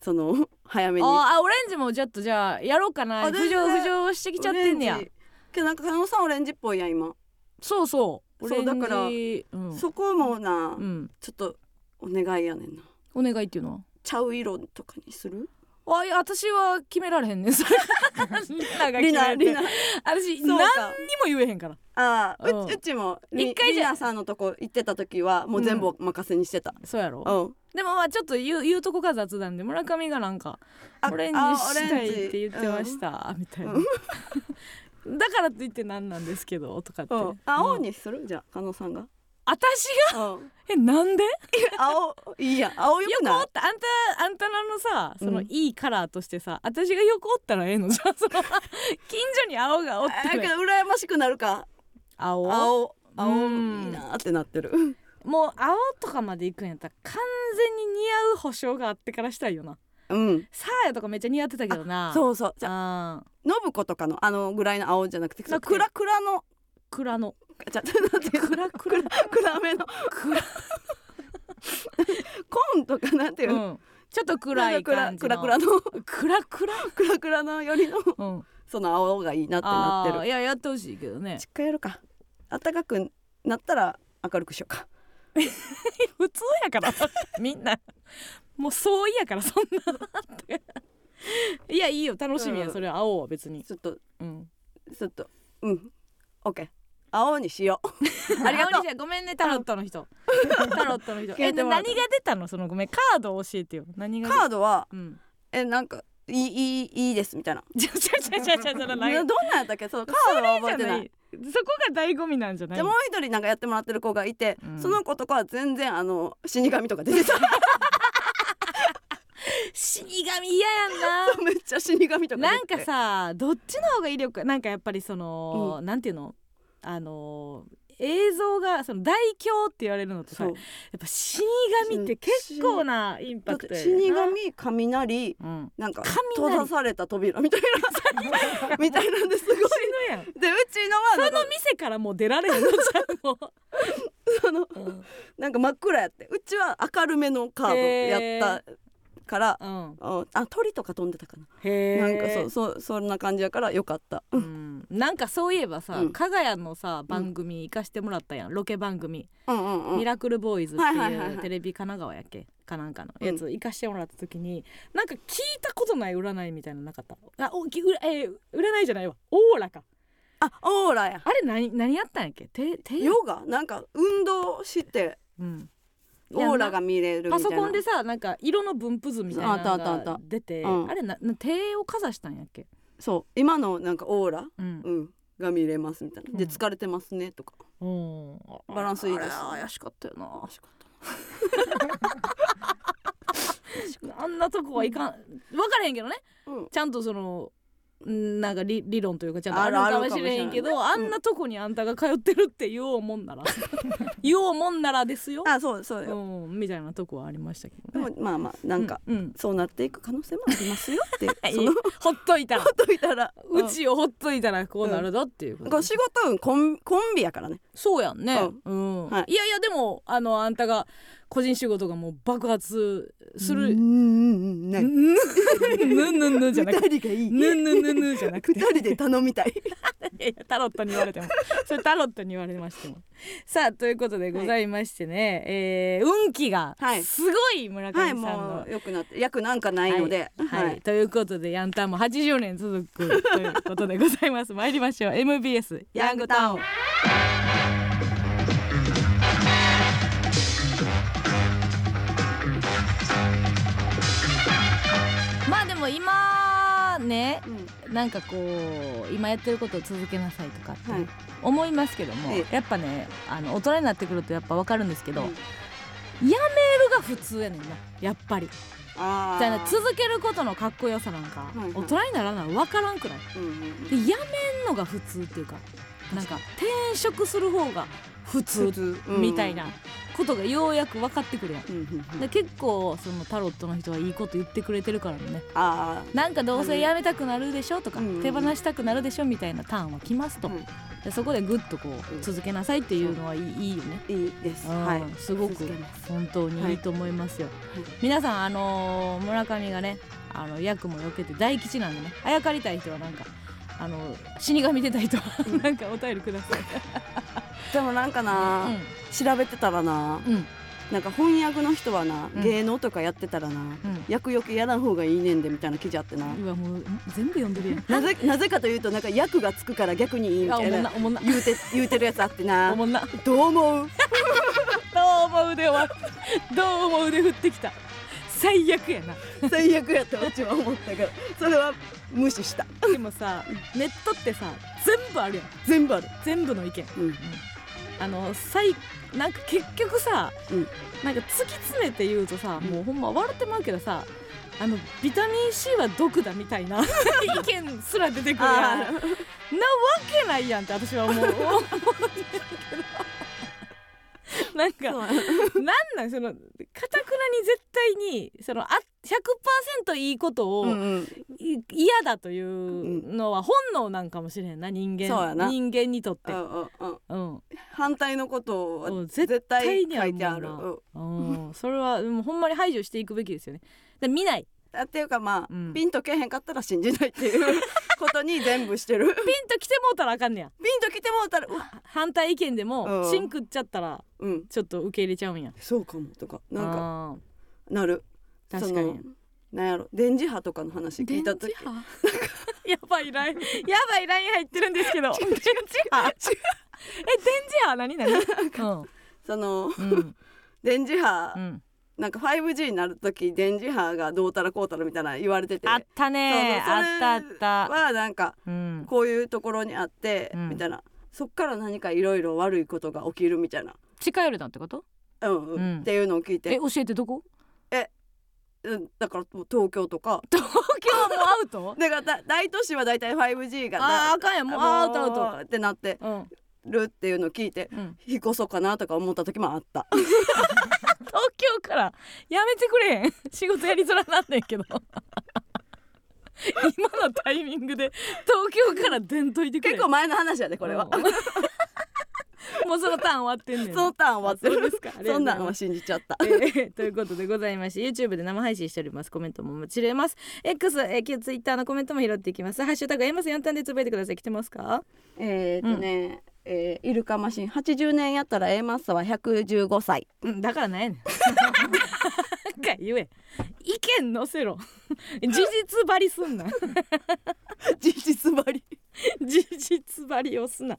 A: その 早めに
B: ああオレンジもちょっとじゃあやろうかな
A: あ
B: 浮
A: 全然
B: 上浮上してきちゃってんねや
A: オレンジけどなんか狩野さんオレンジっぽいやん今、
B: そうそうオ
A: そ
B: レ
A: う
B: ンジ
A: だから
B: うん、
A: そこもな、
B: うん、
A: ちょっとお願いやねんな
B: お願いっていうのは
A: ちゃう色とかにする
B: あいや私は決められへんねんそれリナが 決
A: リナ
B: め
A: リ
B: て
A: ナ
B: 私
A: そう
B: 何にも
A: か
B: 言えへんから
A: ああ
B: うん
A: うちうちもリ
B: 一回じ
A: リ
B: ゃ
A: ナさんのとこ行ってた時はもう全部お任せにしてた、
B: そうやろ
A: うん、
B: でもまあちょっと言う言うとこが雑談で村上がなんか
A: あ
B: オレンジ
A: あ
B: したいって言ってま
A: た
B: したみたいな
A: う
B: だからといって何なんですけどとかって
A: うん、青にするじゃあ加納さんが、
B: 私
A: うん、
B: がえなんで
A: 青いいやん青よく
B: 横お
A: な
B: ったあんたあんたのさその
A: うん
B: いいカラーとしてさ私が横おったらええのじゃあ その近所に青がおっ
A: い
B: て
A: だけど羨ましくなるか
B: 青
A: 青青
B: うん
A: いいなってなってる
B: もう青とかまで行くんやったら完全に似合う保証があってからしたいよな
A: うん
B: サーヤとかめっちゃ似合ってたけどなう
A: そうそうじゃあ
B: あー
A: 信子とかのあのぐらいの青じゃなくて
B: なくて
A: クラクラの
B: 蔵の
A: じゃあ なんていうの
B: 蔵蔵
A: 暗めの
B: 蔵
A: コーンとかなんていう
B: う
A: の、
B: んちょっと暗い感じ
A: ク
B: の
A: ラクラの
B: クラクラ
A: クラクラのよりの
B: うん
A: その青がいいなってな
B: あ
A: って
B: ー
A: る
B: いややってほしいけどね
A: 一回やるか暖かくなったら明るくしようか
B: 普通やから みんなもう相違やからそん ないやいいよ楽しみや、
A: うん
B: それは青は別に、
A: ちょっと
B: うん、
A: ちょっとうん OK 青にしようありがとう
B: 青にしてごめんねタロットの人 タロットの人
A: 聞
B: え
A: いて
B: 何
A: もら
B: が
A: っ
B: 出
A: た
B: たのそのごめんカードを教えてよ何が出
A: カードは
B: うん
A: えなんかいいいいいいですみたいな
B: ちゃちゃちゃちゃちゃちゃな
A: ないどんなんやったっけそのカードは覚えてない
B: そこが醍醐味なんじゃない
A: でもう一人なんかやってもらってる子がいて、
B: うん
A: その子とかは全然あの死神とか出てた
B: 死神嫌やんな
A: めっちゃ死神とか
B: な
A: 言っ
B: ん
A: て
B: かさどっちの方が威力なんかやっぱりその、なんていうのあの映像がその大凶って言われるのと
A: そ
B: さやっ
A: う
B: ぱ死神って結構なイン
A: だ
B: パ
A: っ
B: ク
A: て
B: トやねん
A: 死
B: な、
A: 神雷
B: うん、
A: なんか
B: 雷
A: 閉ざされた扉みたいなみたいなんですごい
B: 死ぬやん
A: でうちのはなん
B: そ
A: か
B: の店からもう出られへんのじゃんも
A: その
B: う、うん
A: なんか真っ暗やってうちは明るめのカードやったから、
B: うん、
A: ああ鳥とか飛んでたかな、
B: へえ
A: なんかそうそうそんな感じやからよかった、
B: うんなんかそういえばさ、
A: うん
B: 加賀谷のさ番組行かしてもらったやんロケ番組、
A: うんうんうん
B: ミラクルボーイズって
A: はいはいはい
B: い
A: は
B: う
A: い
B: テレビ神奈川やっけかなんかの
A: うん
B: やつ行かしてもらった時に、なんか聞いたことない占いみたいなのなかったあおきうら、えー占いじゃないわオーラか
A: あオーラや
B: あれ何何やったんやっけてて
A: ヨガなんか運動して
B: うん、
A: オーラが見れるみた
B: パ
A: いな
B: ソコンでさなんか色の分布図みたいな
A: ああったあっ
B: の
A: たあ
B: が
A: った
B: 出てあ
A: うん
B: れなな手をかざしたんやっけ、
A: そう今のなんかオーラ、
B: うん
A: うん、が見れますみたいなで
B: うん
A: 疲れてますねとか
B: うん、
A: バランスいいです
B: あれ怪しかったよな
A: あしかった
B: あんなとこはいかん分からへんけどね
A: うん
B: ちゃんとそのんなんか理理論というかちゃんとあ
A: あ
B: る
A: る
B: かもしれへんけどあ
A: あるかもしれないね
B: んなとこにあんたが通ってるって言おう もんなら言おうもんならですよ、
A: あそうそう
B: う
A: よ、
B: ん、みたいなとこはありましたけ
A: で
B: どね
A: もまあまあなんか、、
B: ううん
A: そうなっていく可能性もありますよって
B: はい
A: その
B: ほっ といたら
A: ほっといたら
B: うちをほっといたらこうなるだっていうこと
A: ご仕事運コンコンビやからね
B: そうやんね、うん
A: はい
B: い、やいやでもあのあんたが個人仕事がもう爆発す
A: う
B: る
A: んうんうんない
B: ぬぬぬぬじゃなくて
A: 二人がいい
B: ぬぬぬぬじゃなく
A: 二
B: て
A: 人で頼みたい
B: い やいやタロットに言われてもそれタロットに言われましてもさあということでございましてね、えー運気が
A: はい
B: すごい村上
A: は
B: さ
A: い
B: んの、
A: もう良くなって役なんかないので
B: はい
A: はい
B: ということでヤンタンも80年続くということでございます参りましょう MBS ヤングタウンまあでも今ね
A: うん
B: なんかこう今やってることを続けなさいとかって
A: はい
B: 思いますけども、
A: え
B: やっぱねあの大人になってくるとやっぱ分かるんですけど、
A: うん
B: やめるが普通やねんなやっぱり
A: あ
B: じゃあな続けることのかっこよさなんか、
A: いはい
B: 大人にならな分からんくない
A: うんうんうん
B: でやめんのが普通っていうかなんか転職する方が普
A: 普
B: 通
A: 通
B: みたいなことがようやく分かってくるやん。
A: うんうんうん
B: で結構そのタロットの人はいいこと言ってくれてるからね
A: あ
B: なんかどうせやめたくなるでしょとか、
A: うん
B: 手放したくなるでしょみたいなターンは来ますと、
A: うん
B: でそこでぐっとこ
A: う
B: うん続けなさいっていうのはいい,、いいよね、
A: あいいです
B: うん
A: はい
B: すごく
A: 続けます
B: 本当にいいと思いますよ、
A: い
B: 皆さんあのー村上がねあの役もよけて大吉なんでねあやかりたい人はなんかあの死神出た人は なんかお便りください、
A: でもなんか
B: う
A: なん調べてたらな
B: うん
A: なんか翻訳の人はな
B: うん
A: 芸能とかやってたらな
B: うん
A: 役よけやらん方がいいねんでみたいな記事あってな
B: うわもううん全部読んでるやん
A: なぜなぜかというとなんか役がつくから逆にいいみ
B: あ
A: た
B: お
A: い
B: もん
A: な
B: なおもんな
A: 言うて言うてるやつあって
B: お
A: な
B: もんな
A: どう思う
B: どうも腕はどうも腕振ってきた最悪やな
A: 最悪やとうちは思ったからそれは無視した
B: でもさネットってさ全部あるやん
A: 全部ある、
B: 全部の意見
A: うん、
B: あの最なんか結局さ、
A: うん
B: なんか突き詰めて言うとさ、
A: うん
B: もうほんま笑ってまうけどさあのビタミン C は毒だみたいな意見すら出てくるやんなわ
A: あ
B: けないやんって私は 思う思うんだけどなんか
A: そう
B: なんなんそのかたくなに絶対にそのあ100%いいことを、
A: うんうん
B: い嫌だというのは本能なんかもしれんな人
A: そう
B: 間
A: やな
B: 人間にとって、
A: うんうん
B: うん
A: 反対のこと
B: う
A: は
B: ん
A: 絶対書い
B: 絶
A: て
B: 対
A: あ
B: に
A: る
B: あるもんな
A: うん
B: うん、それはもうほんまに排除していくべきですよねで見ない
A: あっていうかまあ、
B: うん
A: ピンとけへんかったら信じないっていう ことに全部 してる
B: ピンと来てもうたらあかんねや
A: ピンときてもうたらうわ
B: 反対意見で
A: う
B: も
A: ん
B: シンクっちゃったら
A: うん
B: ちょっと受け入れちゃうんや
A: そうかもとかなんか
B: か
A: なる
B: 確
A: そ
B: かに
A: のなんやろ電磁波とかの話聞いた時
B: やばいラインやばいライン入ってるんです けど電磁波 え電磁波何何
A: その
B: うんうん
A: 電磁波、
B: うん
A: なんか 5G になる時電磁波がどうたらこうたらみたいな言われてて
B: あったね
A: そうそう
B: あったあった
A: はなんか
B: うん
A: こういうところにあって、
B: うん
A: みたいなそっから何かいろいろ悪いことが起きるみたいな、
B: 近寄れたってこと
A: うんうん
B: うん
A: っていうのを聞い
B: え
A: て
B: 教えてどこ
A: うんだからもう東京と か
B: 東京はもうアウト
A: だからだ大都市は大体 5G が
B: あーあかんやんもうアウトアウト
A: トってなって
B: うん
A: るっていうのを聞いて
B: うん、
A: 引っ越そうかなとか思った時もあった。
B: 東京からやめてくれへん 仕事やりづらなんねんけど 今のタイミングで東京から出んといてくれ
A: 結構前の話やでこれは。
B: うん もうそのターン終わってんね ん
A: そのターン終わって
B: あそう
A: る
B: ですかあり
A: そ
B: がとうんご
A: な
B: ざ
A: いん
B: ます
A: は 信じちゃった。
B: えーということでございまして YouTube で生配信しておりますコメントも待ちれます X、えー、旧 Twitter のコメントも拾っていきますハッシュタグ M ス4単でつぶやいてください来てますか
A: えーっとね、えーイルカマシン80年やったら A マッサは115歳。
B: うんだ からなんやねんなんか言え意見載せろ事実ばりすんな
A: 事実ばり。
B: 事実ばりを すな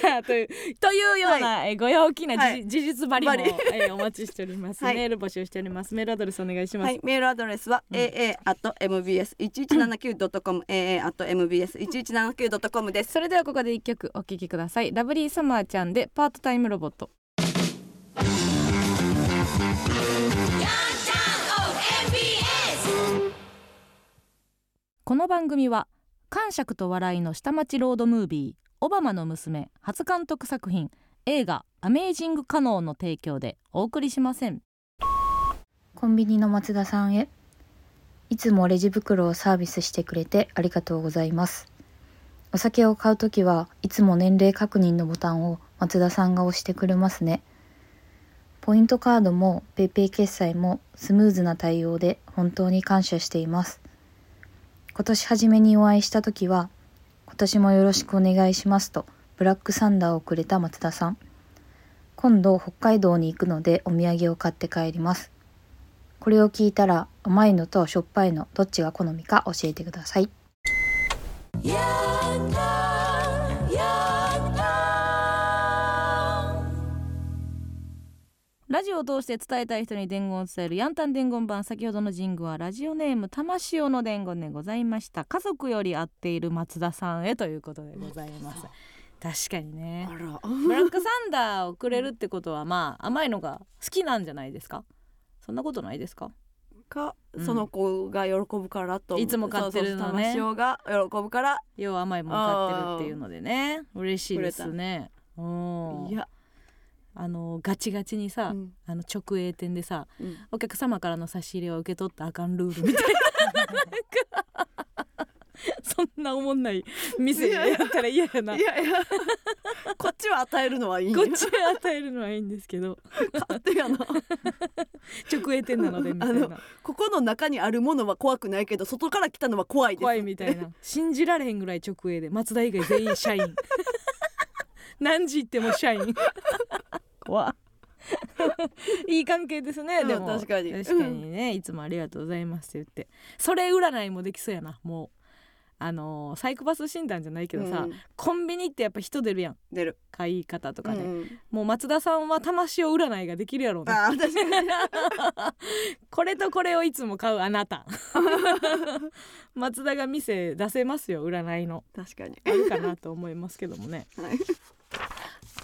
B: さあというというような、えーご陽気なじ、
A: はい
B: 事実ばりも、
A: ばり
B: えーお待ちしております、
A: はい
B: メール募集しておりますメールアドレスお願いします、
A: はい、メールアドレスは aa mbs 一一七九ドットコム aa mbs 一一七九ドットコムです。
B: それではここで一曲お聴きくださいラブリーサマーちゃんでパートタイムロボット
C: MBS
B: この番組は感触と笑いの下町ロードムービーオバマの娘初監督作品映画アメージングカノンの提供でお送りしません
D: コンビニの松田さんへいつもレジ袋をサービスしてくれてありがとうございますお酒を買うときはいつも年齢確認のボタンを松田さんが押してくれますねポイントカードも PayPay 決済もスムーズな対応で本当に感謝しています今年初めにお会いしたときは今年もよろしくお願いしますとブラックサンダーをくれた松田さん今度北海道に行くのでお土産を買って帰りますこれを聞いたら甘いのとしょっぱいのどっちが好みか教えてください
B: ラジオを通して伝えたい人に伝言を伝えるヤンタン伝言版先ほどのジングはラジオネーム玉塩の伝言でございました家族より合っている松田さんへということでございます確かにね
A: ら。
B: ブラックサンダーをくれるってことはまあ甘いのが好きなんじゃないですかそんなことないですか
A: か
B: うん
A: その子が喜ぶからと。
B: いつも買ってるのね
A: そうそう玉塩が喜ぶから。
B: 要は甘いもん買ってるっていうのでね嬉しいですねうん
A: いや。
B: あのガチガチにさ、
A: うん
B: あの直営店でさ
A: うん
B: お客様からの差し入れは受け取ったらあかんルールみたいなそんなおもんない店でやったら嫌やない
A: やいや。 こっちは与えるのはいい。
B: こっちへ与えるのはいいんですけど
A: 勝手やな。
B: 直営店なのでみたい
A: あの
B: な
A: ここの中にあるものは怖くないけど外から来たのは怖いです
B: 怖いみたいな信じられへんぐらい直営で松田以外全員 社員何時行っても社員怖っいい関係ですね、
A: うん
B: でも
A: 確かに
B: 確かにね、いつもありがとうございますって言ってそれ占いもできそうやなもうあのーサイコパス診断じゃないけどさ、
A: うん
B: コンビニってやっぱ人出るやん
A: 出る、
B: 買い方と
A: う
B: かで、
A: ん、
B: もう松田さんは魂を占いができるやろうな
A: あー確かに
B: これとこれをいつも買うあな た松田が店出せますよ占いの
A: 確かに
B: あるかなと思いますけどもね
A: はい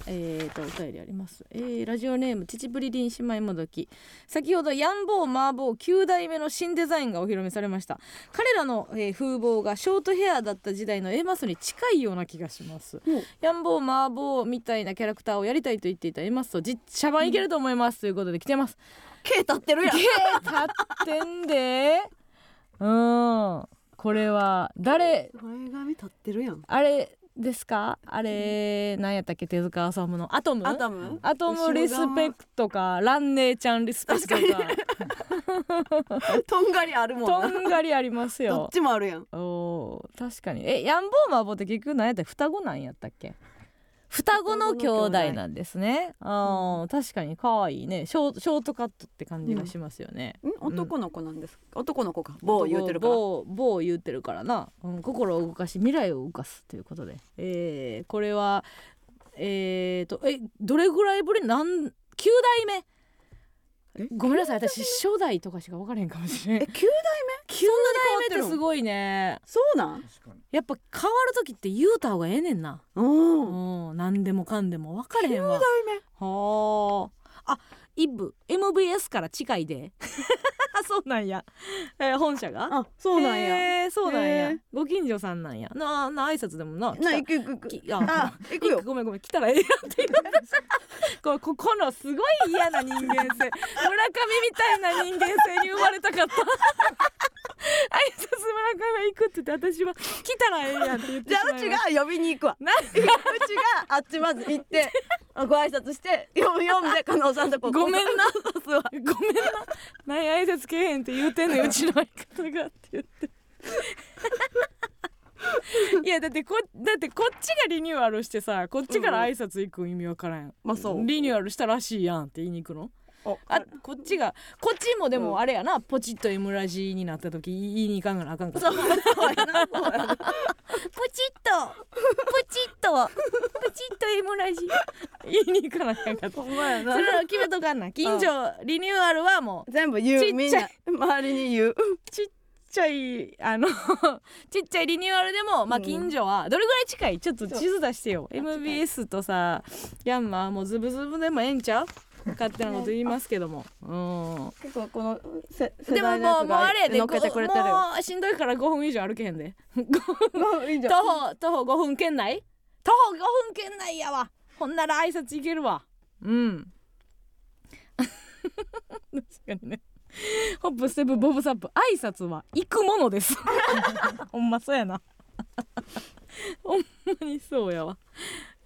B: えーとお便りあります、えーラジオネームチチプリリン姉妹もどき先ほどヤンボーマーボー9代目の新デザインがお披露目されました彼らの、えー風貌がショートヘアだった時代の A マスに近いような気がします
A: ほう
B: ヤンボーマーボーみたいなキャラクターをやりたいと言っていた A マスと実写版いけると思います、ということで来てます
A: 毛立ってるやん
B: 毛立ってんでうんこれは誰
A: 前髪立ってるやん
B: あれですかあれ何やったっけ手塚治虫のアトム
A: アトム
B: アトムリスペクトかラン姉ちゃんリスペクトか
A: トとんがりあるもん
B: と
A: なん
B: がりあります
A: どっ
B: よ
A: ちもあるやん
B: おー確かにえヤンボーマーボーって結局何やったっけ双子なんやったっけ双子の兄弟なんですねあー確かに可愛いねショーショートカットって感じがしますよね、
A: 男の子なんです男の子か某言うてるから
B: 某某言うてるからな、うん、心を動かし未来を動かすということで、えーこれはえー、とえどれぐらいぶりなん9代目
A: え
B: ごめんなさい私初代とかしか分からへんかもしれん9
A: え
B: 代
A: 九代
B: 目ってすごいね
A: そうなん
B: やっぱ変わる時って言うた方がええねんなう
A: うん
B: ん何でもかんでも分からへんわはああイブ MBS から近いで そうなんや、えー本社が
A: あそうなんや
B: へーそうなん
A: へ
B: や
A: ー
B: ご近所さんなんやなな挨拶でもな来た
A: な行く行く行
B: き
A: く
B: あ
A: あ行くよ
B: ごめんごめん来たらええやんって言われてこれこ このすごい嫌な人 間性村上みたいな人間性に生まれた かった挨拶村上行くって言って私は来たらええやんって言って
A: じ
B: し
A: ゃあ
B: まいま
A: う
B: した
A: ちが呼びに行くわ
B: な
A: うちがあっちまず行 ってあご挨拶して読ん読んで加納さんとこ
B: ごめんな
A: こ
B: ごめんな何挨拶けえへんって言うてん のようちの相方がって言って いやだってこだってこっちがリニューアルしてさこっちから挨拶行く意味わからん、
A: まあそう
B: リニューアルしたらしいやんって言いに行くの
A: こ
B: あ
A: あ
B: こっちがこっちもで
A: う
B: も
A: ん
B: あれやな、ポチッと M ラジになった時言いに行かんからあかんから
A: そう そうやなそうやな
B: ポチッとポチッとポチッと M ラジ 言いに行かなあかんかった
A: ほんまや
B: それ
A: な
B: は決めとかんな近所リニューアルはもう
A: 全部言
B: ちっちゃいう
A: みんな周りに言う
B: ちっちゃいあの ちっちゃいリニューアルでも、まあ、
A: うん
B: 近所はどれぐらい近いちょっと地図出してよ
A: う
B: MBS とさヤンマーもうズブズブでもええんちゃう勝手なこと言いますけども、う
A: 結構このせ
B: ん、
A: 世
B: でも
A: 代のや
B: もう
A: つ
B: もうあれや
A: が
B: で
A: 乗っけてくれてる
B: ご
A: よ
B: もうしんどいから5分以上歩けへんで
A: もういいじ
B: 徒
A: ゃん
B: 歩徒歩5分圏内徒歩5分圏内やわほんなら挨拶いけるわうん 確かにねホップステップボブサップ挨拶は行くものです ほんまそうやな ほんまにそうやわ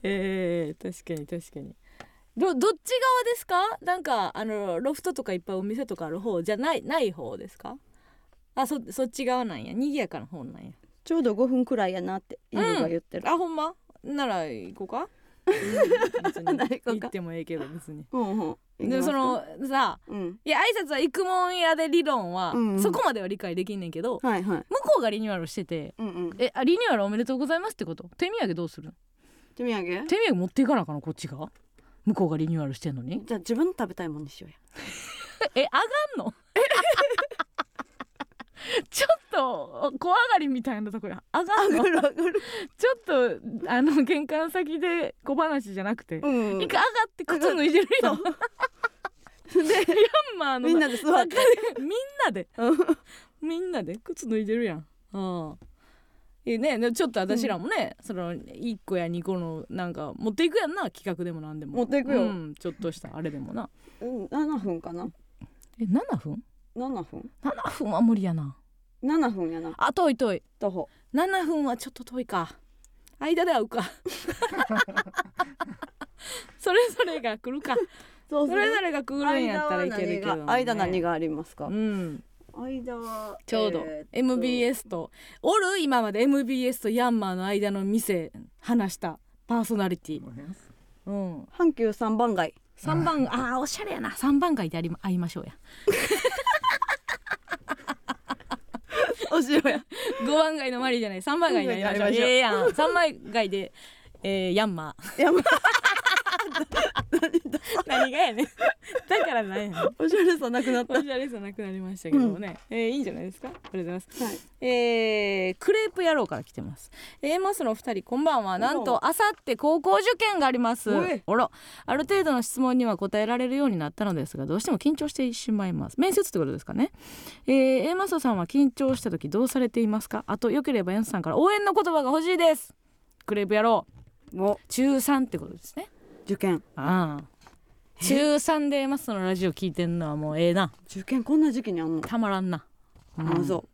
B: えー、確かに確かにどどっち側ですかなんかあのロフトとかいっぱいお店とかある方じゃないない方ですかあそそっち側なんや賑やかな方なんや
A: ちょうど5分くらいやなって犬が言ってる
B: あほんまなら行こうか別に
A: なら行こうか
B: 行ってもええけど別に
A: うんうん行き
B: で
A: ます
B: そ
A: か
B: のさ
A: うん
B: いや挨拶は行くもんやで理論は、
A: うんうん
B: そこまでは理解できんねんけど
A: はいはい
B: 向こうがリニューアルしてて
A: うんうん
B: えあリニューアルおめでとうございますってこと手土産どうするの
A: 手土産
B: 手土産持っていかなあかんのこっちが向こうがリニューアルしてんのに
A: じゃあ自分の食べたいもんにしようや
B: え上がんの ちょっと小上がりみたいなところ上がんの
A: 上がる上がる
B: ちょっとあの玄関先で小話じゃなくて
A: うん
B: 一回上がって靴脱いでるやん。で、ヤンマーの
A: みんなで座
B: 中
A: って
B: でみんなでみんなで靴脱いでるやん。うん。いいね、でちょっと私らもね、その一個や二個のなんか持っていくやんな企画でもなんでも
A: 持っていくよ
B: うん、ちょっとしたあれでもな
A: うん7分かな
B: え7分
A: 7分
B: ?7 分は無理やな
A: 7分やな
B: あ遠い遠い
A: 徒歩
B: 7分はちょっと遠いか間で会うかそれぞれが来るか
A: そ
B: それぞれが来るんやったらいけるけど、ね、
A: 間何がありますか
B: うん、
A: 間は
B: ちょうど
A: えーっと
B: MBS とおる今まで MBS とヤンマーの間の店話したパーソナリティうん
A: 阪急三番街
B: 三番ああおしゃれやな三番街であり会いましょう や
A: おしようや
B: 五番街のマリーじゃない三番街で会いましょう
A: 三番街で会いましょう
B: ええやん三番街で、えー、ヤンマー
A: 山
B: 何がや ねんだからなんやねん
A: おしゃれさなくなった
B: おしゃれさなくなりましたけどもね、えーいいんじゃないですかありがとうございます
A: はい
B: えークレープ野郎から来てます。えー、マスのお二人こんばんは。
A: んばんは
B: なんとあさって高校受験があります
A: おい。
B: おら、ある程度の質問には答えられるようになったのですが、どうしても緊張してしまいます。面接ってことですかね。えー、A マスさんは緊張した時どうされていますか。あとよければヤンスさんから応援の言葉が欲しいです。クレープ野郎。
A: も
B: 中三ってことですね。
A: う受験
B: ああ。中三で A マスのラジオ聞いてんのはもうええな。
A: 受験こんな時期にあんの
B: たまらんな。うん
A: あそう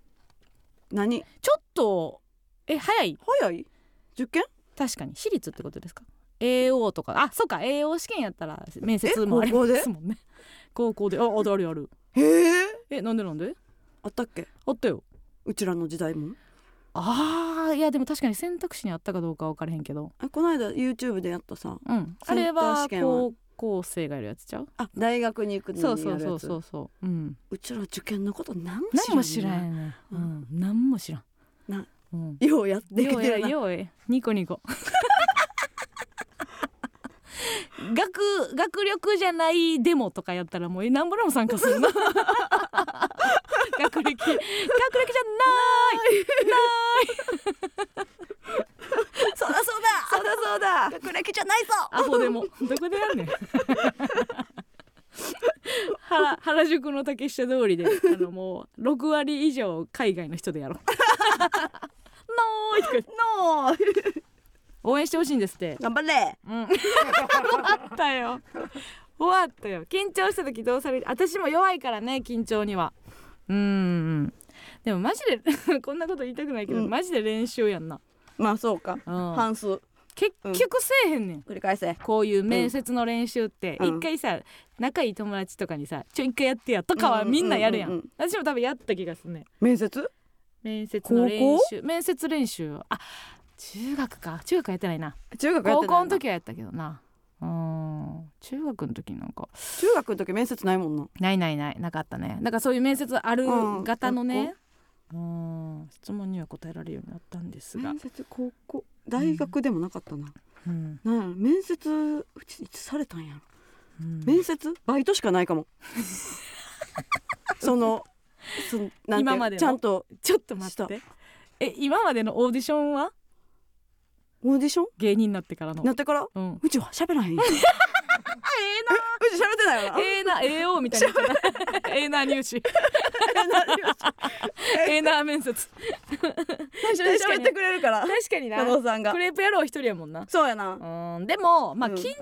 A: 何
B: ちょっとえ早い。
A: 早い受験
B: 確かに私立ってことですか AO とかあそうか AO 試験やったら面接もあ
A: え
B: り
A: 高
B: ま
A: 校です
B: もんね 高校でああるある
A: へえ
B: えなんでなんで
A: あったっけ
B: あったよ
A: うちらの時代も
B: あーいやでも確かに選択肢にあったかどうか分からへんけど
A: あこの間 YouTube でやったさ
B: うんあ
A: セ
B: れ
A: ンター
B: は
A: 試験は
B: 高校生がやるやつちゃう
A: あ大学に行く
B: そ
A: の
B: う
A: に
B: そ
A: や
B: う
A: る
B: そ
A: や
B: う
A: つ
B: そうそううん
A: うちら受験のこと何も
B: 何も知らんよねう
A: うん
B: 何も知らん
A: な
B: うん
A: ようやってき
B: よう
A: て
B: や
A: る な
B: ようやニコニコ 学学力じゃないデモとかやったらもうなんぼでも参加する な学歴学歴じゃない
A: そうだそうだそうだそうだ学歴じゃないぞ
B: アホデモどこでやんねん腹原宿の竹下通りであのもう6割以上海外の人でやろうノーイとか言って
A: ノー
B: 応援してほしいんですって
A: 頑張れ
B: うん 終わったよ終わったよ緊張した時どうされる私も弱いからね緊張にはうんうんでもマジで こんなこと言いたくないけど、
A: うん
B: マジで練習やんな、
A: まあそうか
B: うん
A: 半数
B: 結局せえへんねん、
A: 繰り返せ
B: こういう面接の練習って
A: うん
B: 一回さ、仲いい友達とかにさ「ちょ一回やってや」とかはみんなやるやん,、
A: うんうんうん
B: 私も多分やった気がするね
A: 面接
B: 面接の練習面接練習あ中学か中学はやってないな
A: 中学やっ
B: 高
A: てないな
B: 校の時はやったけどなうん中学の時なんか
A: 中学の時面接ないもんな
B: ないないないなかったねなんかそういう面接ある
A: うん
B: 型のねうん質問には答えられるようになったんですが
A: 面、接高校大学でもなかったな、
B: うん
A: なんやろ面接うちいつされたんやろ
B: うん
A: 面接バイトしかないか もそのそのなんていう
B: 今までの
A: ちゃんと
B: ちょっと待ってえ今までのオーディションは
A: オーディション
B: 芸人になってからの
A: なってから
B: うん
A: うちは喋らへんや んうち
B: ええな
A: 喋ってないよな
B: ええな AO みたいな ええな入試 ええな面接
A: 絶対喋ってくれるから
B: 確かにな
A: 加納さんが
B: クレープ野郎一人やもんな
A: そうやな
B: うんでもまあ
A: う
B: 緊
A: ん
B: 張、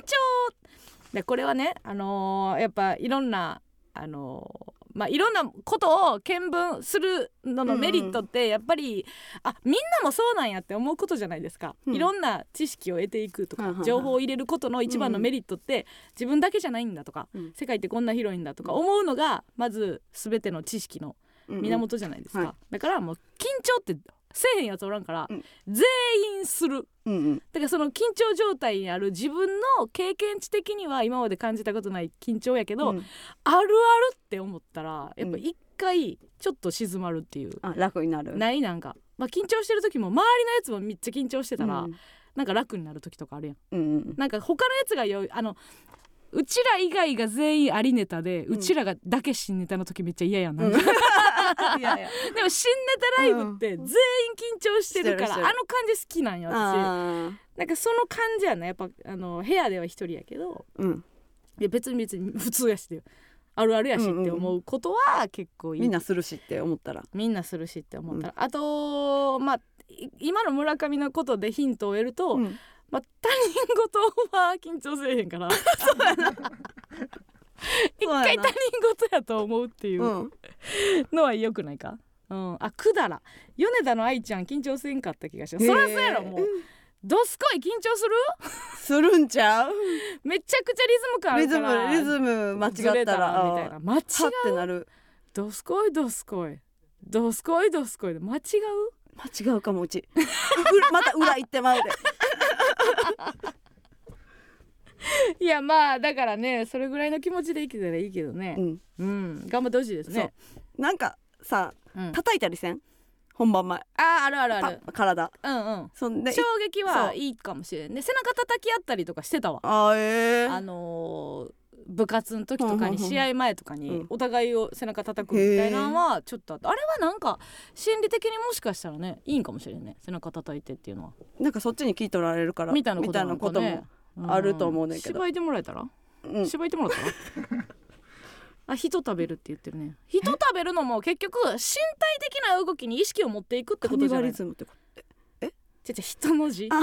B: でこれはねあのーやっぱいろんなあのーまあいろんなことを見聞するののメリットってやっぱり、あみんなもそうなんやって思うことじゃないですか、
A: うん
B: いろんな知識を得ていくと
A: はいはい
B: か、
A: はい
B: 情報を入れることの一番のメリットって、自分だけじゃないんだとか、
A: うん
B: 世界ってこんな広いんだとか思うのがまず全ての知識の源じゃないですか、
A: はい
B: だからもう緊張ってせえへんやつおらんから、
A: うん
B: 全員する
A: うんうん
B: だからその緊張状態にある自分の経験値的には今まで感じたことない緊張やけど、
A: うん
B: あるあるって思ったらやっぱ一回ちょっと静まるっていう、
A: あ楽になる
B: ないなんか、まあ、緊張してる時も周りのやつもめっちゃ緊張してたら、
A: うん
B: なんか楽になる時とかあるやん
A: うんうん
B: なんか他のやつがよあのうちら以外が全員ありネタで、うちらがだけ新ネタの時めっちゃ嫌やな、
A: うん
B: でも
A: いやいや
B: 新ネタライブって全員緊張してるか
A: うんしてる
B: ら、
A: してる
B: あの感じ好きなんよ私。
A: あー
B: なんかその感じやなやっぱあの部屋では一人やけど
A: うん
B: いや別に別に普通やしっていうあるあるやしって
A: うん
B: 思うことは結構いい、
A: みんなするしって思ったら
B: みんなするしって思ったら、あとまあい今の村上のことでヒントを得ると、
A: うん
B: まあ、他人事は緊張せえへんから 一
A: そうや
B: 回
A: な
B: 他人事やと思うっていう
A: うん
B: のは良くないか、うん、あくだら米田の愛ちゃん緊張せんかった気がします
A: へー
B: そらそうやろもうどすこい緊張する
A: するんちゃう
B: めちゃくちゃリズム感あ
A: リ
B: る
A: ズ
B: か
A: ム
B: ら
A: リズム間違
B: ずれ
A: ったら
B: みたいな間違
A: はってなる
B: どすこいどすこいどすこいどすこいで間違う
A: 間違うかもうちうまた裏行ってまうで
B: いやまあだからねそれぐらいの気持ちで生きたらいいけど ね
A: うん
B: うん、頑張ってほしいですね
A: なんかさ
B: うん、あ
A: 叩いたりせん本番前
B: ああるあるある
A: パッ体
B: うんうん
A: そんで
B: 衝撃
A: そ
B: は
A: う
B: いいかもしれんね背中叩き合ったりとかしてたわ
A: あーえ
B: あ
A: ーの
B: のー部活の時とかに
A: うんうんうん
B: 試合前とか
A: う
B: に
A: ん
B: お互いを背中叩くみたいなのはちょっとあったあれはなんか心理的にもしかしたらねいいんかもしれんね背中叩いてっていうのは
A: なんかそっちに聞いとられるから
B: みたいなことなのかね
A: もあると思うねんけど
B: 芝居でもらえたら
A: うん
B: 芝居でもらったら あ人食べるって言ってるね人食べるのも結局身体的な動きに意識を持っていくっ
A: カ
B: てこ
A: ニ
B: とじゃ
A: バ
B: ない
A: リ
B: ち
A: ズムってこ
B: ゃちゃ人の字ね
A: あ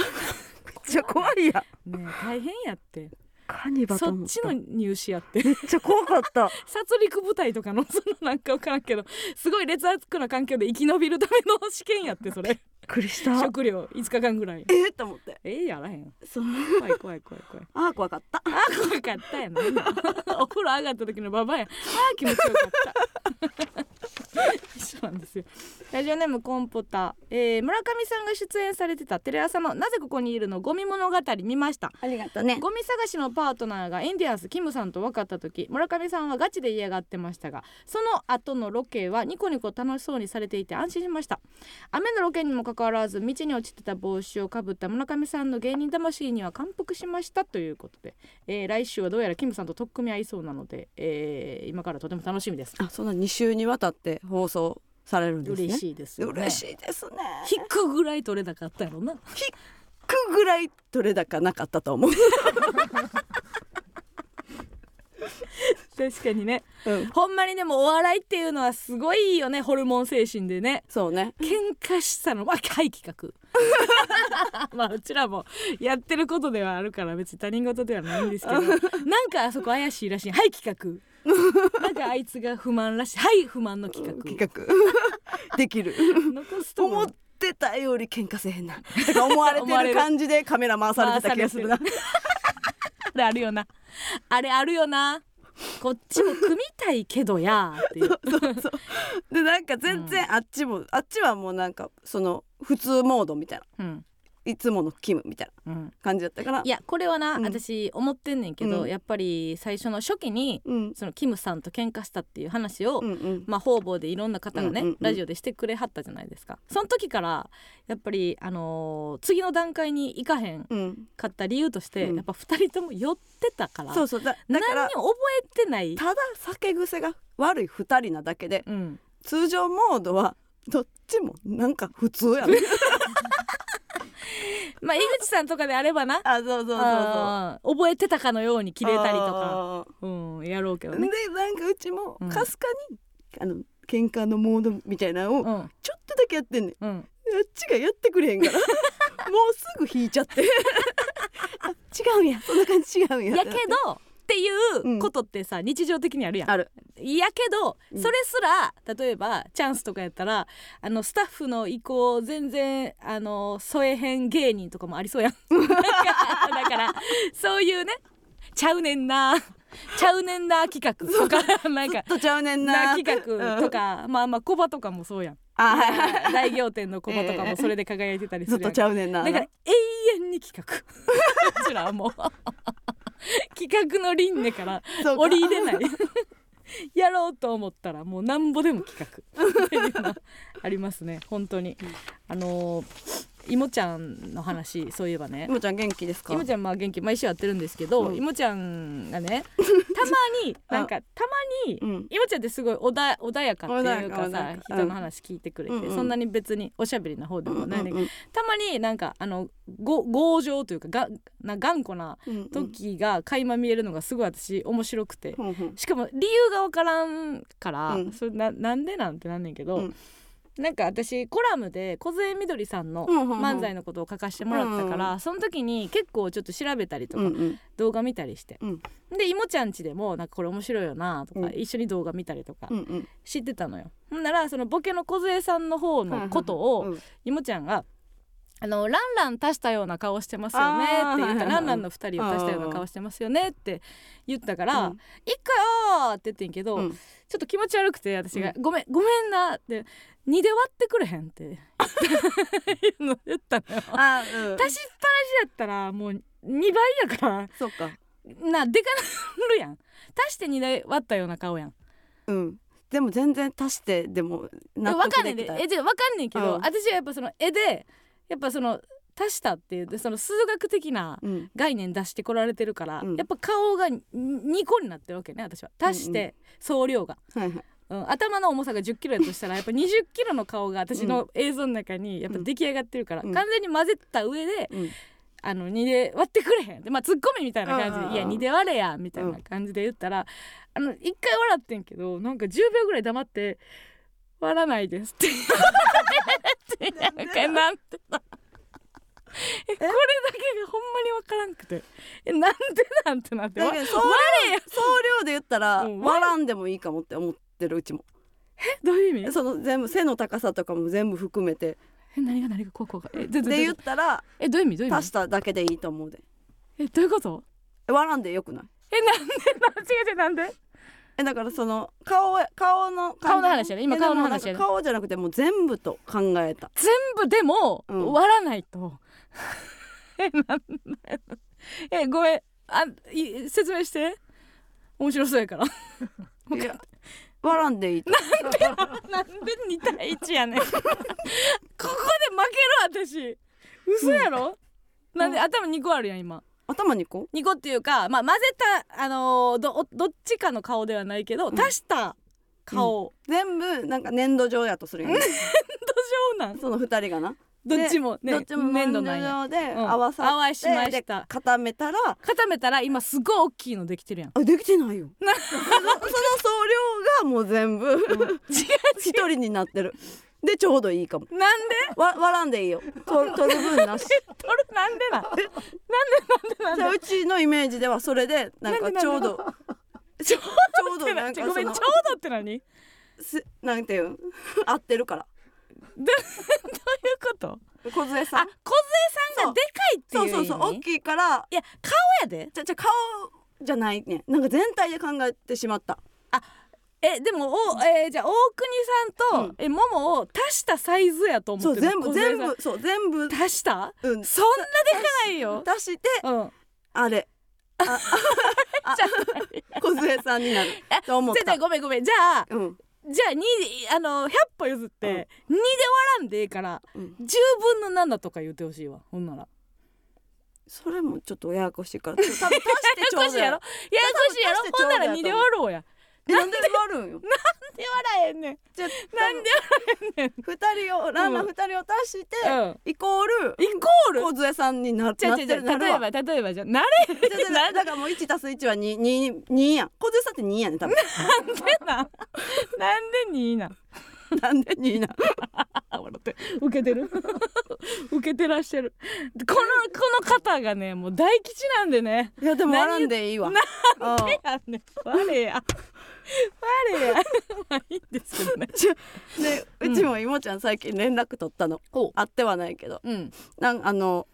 A: とじゃ怖いや
B: え大変やって
A: カニバと
B: そ
A: 思
B: っ
A: った
B: ちの入試やって
A: めっちゃ怖かった
B: 殺戮部隊とかのそのなんか分からんけどすごい劣悪な環境で生き延びるための試験やってそれ
A: びっくり した
B: 食料5日間ぐらい
A: えー、と思って
B: ええやらへん
A: その
B: 怖い怖い怖い怖い
A: あー怖かった
B: あー怖かったやな お風呂上がった時のババアやあー気持ちよかったそうなんですよラジオネームコンポタ、えー、村上さんが出演されてたテレ朝の「なぜここにいるのゴミ物語」見ました
A: ありがとうね
B: ゴミ探しのパートナーがインディアンスキムさんと分かった時村上さんはガチで嫌がってましたがその後のロケはニコニコ楽しそうにされていて安心しました雨のロケにもかかわらず道に落ちてた帽子をかぶった村上さんの芸人魂には感服しましたということで、えー来週はどうやらキムさんと取っ組み合いそうなので、えー今からとても楽しみです
A: あそんな二週にわたって放送されるんですね
B: 嬉しいですよね
A: 嬉しいですね
B: 引くぐらい取れなかったやろな
A: くぐらい取れ高なかったと思う
B: 確かにね
A: うん、
B: ほんまにでもお笑いっていうのはすごいよねホルモン精神でね
A: そうね
B: 喧嘩したのは はい企画まあうちらもやってることではあるから別に他人事ではないんですけどなんかあそこ怪しいらしいはい企 画なんかあいつが不満らしいはい不満の企画
A: 企画でき る
B: 残すと
A: 思ってたより喧嘩せへんなとか思われてる感じでカメラ回されてた気がするな
B: 回あれあるよなあれあるよなこっちも組みたいけどやーっていう
A: でなんか全然あっちも、あっちはもうなんかその普通モードみたいな
B: うん
A: いつものキムみたいな
B: うん
A: 感じだったから
B: いやこれはな、
A: うん
B: 私思ってんねんけど、
A: うん
B: やっぱり最初の初期に
A: うん
B: そのキムさんと喧嘩したっていう話を、
A: うんうん
B: まあ、方々でいろんな方がね、
A: うんうんうん
B: ラジオでしてくれはったじゃないですかその時からやっぱり、あのー次の段階に行かへん
A: うん
B: かった理由として、
A: うん
B: やっぱ2人とも寄ってたから
A: そうそうだだから
B: 何にも覚えてない、
A: ただ酒癖が悪い二人なだけで
B: うん、
A: 通常モードはどっちもなんか普通やね
B: まあ井口さんとかで あればな
A: あそうそうそうそう
B: あー覚えてたかのように切れたりとか、
A: あ
B: うん、やろうけど
A: ー
B: ね。
A: でなんかうちも
B: うん
A: かすかに、あの喧嘩のモードみたいなのを
B: うん
A: ちょっとだけやってんねん
B: うん、
A: あっちがやってくれへん からもうすぐ引いちゃってあ違うんやそんな感じ違うんや
B: やけどっていううんことってさ、日常的にあるやん。
A: ある
B: やけど
A: うん
B: それすら例えばチャンスとかやったらあのスタッフの意向を全然あの添えへん芸人とかもあり そうやん。だからだからそういうねちゃうね んなちゃうねんな企画とかなん
A: ずっ
B: か。
A: とちゃうねんな
B: な企画とか、まあまあコバとかもそうやん
A: あはいはい
B: 大仰天のコバとかもそれで輝いてたりす
A: ず
B: る
A: っ
B: やん
A: とちゃうねんな
B: だから永遠に企画 うちらはもう企画の輪廻から
A: そうか
B: 折り入れない やろうと思ったらもうなんぼでも企画っていう のはありますね本当にあのーいもちゃんの話そういえばね
A: いもちゃん元気ですか
B: いもちゃんまあ元気毎週やってるんですけど、
A: うん
B: いもちゃん がねたまになんかたまに、
A: うん
B: いもちゃんってすごい穏や穏やかっていうか
A: 穏
B: さ
A: やか
B: 人の話聞いてくれて、
A: うんうん
B: そんなに別におしゃべりな方でもないねんだけど
A: うん
B: たまになんかあのご強情というかがな頑固な
A: うんうん
B: 時が垣間見えるのがすごい私面白くて
A: うんうん
B: しかも理由がわからんから、
A: うん
B: それななんでなんてなんねんけど、
A: うん
B: なんか私コラムで小杉みどりさんの
A: うんうんうん
B: 漫才のことを書かせてもらったから、その時に結構ちょっと調べたりと
A: う
B: か、
A: んうん
B: 動画見たりして、
A: うん
B: でいもちゃんちでもなんかこれ面白いよなとか、
A: うん
B: 一緒に動画見たりとか
A: うんうん
B: 知ってたのよ。ほんならそのボケの小杉さんの方のことを、
A: うん
B: いもちゃんが「あのランラン足したような顔してますよね」
A: あー
B: って言
A: はいはい
B: った
A: はい
B: ランランの2人を足したような顔してますよね」って言ったから
A: う
B: 「行
A: ん
B: くよ!」って言ってんけど、
A: うん
B: ちょっと気持ち悪くて私が「
A: う
B: ごめんごめんな」って「2で割ってくれへん」って言ったのよ。
A: あうん
B: 足しっぱなしやったらもう2倍やから
A: そうか
B: なでかなるやん足して2で割ったような顔やん
A: うんでも全然足してでも納
B: わか
A: 得
B: んね
A: で
B: んで
A: きた
B: えじゃあわかんねんけど、
A: うん
B: 私はやっぱその絵でやっぱその足したっていうでその数学的な
A: うん
B: 概念出してこられてるから、
A: うん
B: やっぱ顔がに2個になってるわけね私は足し
A: うん
B: て総量が、
A: はいはい
B: うん頭の重さが1 0キロやとしたらやっぱ2 0キロの顔が私の映像の中にやっぱ出来上がってるから、
A: うん
B: 完全に混ぜた上で
A: うん
B: あの2で割ってくれへんでまあツッコミみたいな感
A: うん
B: じで「いや2で割れや」みたいな感じで言ったら、あの1回笑ってんけどなんか10秒ぐらい黙って「割らないで す」って言ってなんかなん てさえこれだけがほんまに分からんくてえなんでなんてなって
A: だ
B: わ
A: けど
B: 割
A: 総
B: れや
A: 総量で言ったら
B: うん
A: 割らんでもいいかもって思ってるうちも
B: どういう意味
A: その全部背の高さとかも全部含めて
B: え何が何がこうこうこうえで
A: で言ったら
B: えどういう意味どういう意
A: 足し
B: 味
A: ただけでいいと思うで
B: えどういうこと
A: 割らんでよくない
B: えなんでなん違う違うなんで
A: えだからその顔顔の感じ
B: 顔の話やね今
A: えでも
B: 顔の話やね
A: なんか顔じゃなくてもう全部と考えた
B: 全部でも、
A: うん
B: 割らないと えなんだよえごめんあい説明して面白そうやから
A: いや割らんでいいと
B: なんで2対1やねん ここで負ける私嘘やろ、なんで頭2個あるやん今
A: 頭にこ
B: 2個っていうか、まあ、混ぜた、あのーどどっちかの顔ではないけど、
A: ん
B: 足した顔、
A: う全部なんか粘土状やとするよね
B: どうしようなん
A: その二人がな
B: どっちもね
A: どっちも
B: 粘
A: 粘
B: 土
A: 土
B: なんや
A: 状で
B: うん
A: 合わさって、
B: 合わしました
A: で固めたら
B: 固めたら今すごい大きいのできてるや ん
A: あできてないよそのその総量がもう全部
B: 違
A: 一人になってるでちょうどいいかも
B: うなんで
A: わ割らんでいいよと取る分なし
B: 取るなんでなんなんでなん
A: じゃ
B: でな
A: あ
B: んで
A: うちのイメージではそれでなん
B: なん
A: か
B: でなんで
A: ち ょうどちょうどなん
B: ち
A: か
B: ょご
A: そ
B: めんちょ
A: の
B: うどって何どういう
A: すなんていうん合ってるから
B: こと
A: 小杉さ
B: あ
A: ん
B: 小杉さんがでかいっていう
A: そ
B: 意
A: う
B: 味
A: そうそう大きいから
B: いや顔やで
A: じゃじゃ顔じゃないねなんか全体で考えてしまった
B: えでもお、えーじゃあ大国さん
A: う
B: と、
A: ん
B: えももを足したサイズやと思
A: そう
B: ってた
A: 全部
B: 小杉さ
A: 全
B: ん
A: 部そう全部
B: 足した
A: うん
B: そんなでかないよ、
A: 足して
B: うん
A: あれあ あ 小杉さんになると思っ
B: 絶
A: た
B: 対ごめんごめんじゃあ
A: うん
B: じゃあにあの100歩譲って、二2で割らんでいいから
A: うん
B: 10分の7とか言ってほしいわほんなら
A: それもちょっとややこし いからちょっと多分足してちょ
B: やや
A: う
B: こ
A: ど
B: しいやろややこしいやろ
A: 多分足してち
B: ほ
A: ょ
B: ん
A: うどや
B: な
A: と思う
B: ら2で割ろうや
A: えなんで割るんよ
B: なんで割らへんねん
A: じゃ
B: なんで
A: 二人をランナー二人を足して、
B: うん
A: イコール
B: イコール
A: 小杉さんにななっ
B: じ
A: て
B: ゃじゃじゃ
A: るなる
B: 例え
A: わ
B: ば例えばじゃあなれ
A: じゃじゃじゃだからもう一足す一は二二二やん小杉さんって二やね多分
B: へんななんで2なん
A: なんで二なん
B: あ笑って受けてる 受けてらっしゃるこのこの方がねもう大吉なんでね
A: いやでも笑んでいいわなんで
B: いやね我や我や まあいいんですけどね
A: でうちもいもちゃん最近連絡取ったの、
B: ほう
A: あってはないけど
B: うん
A: なんあの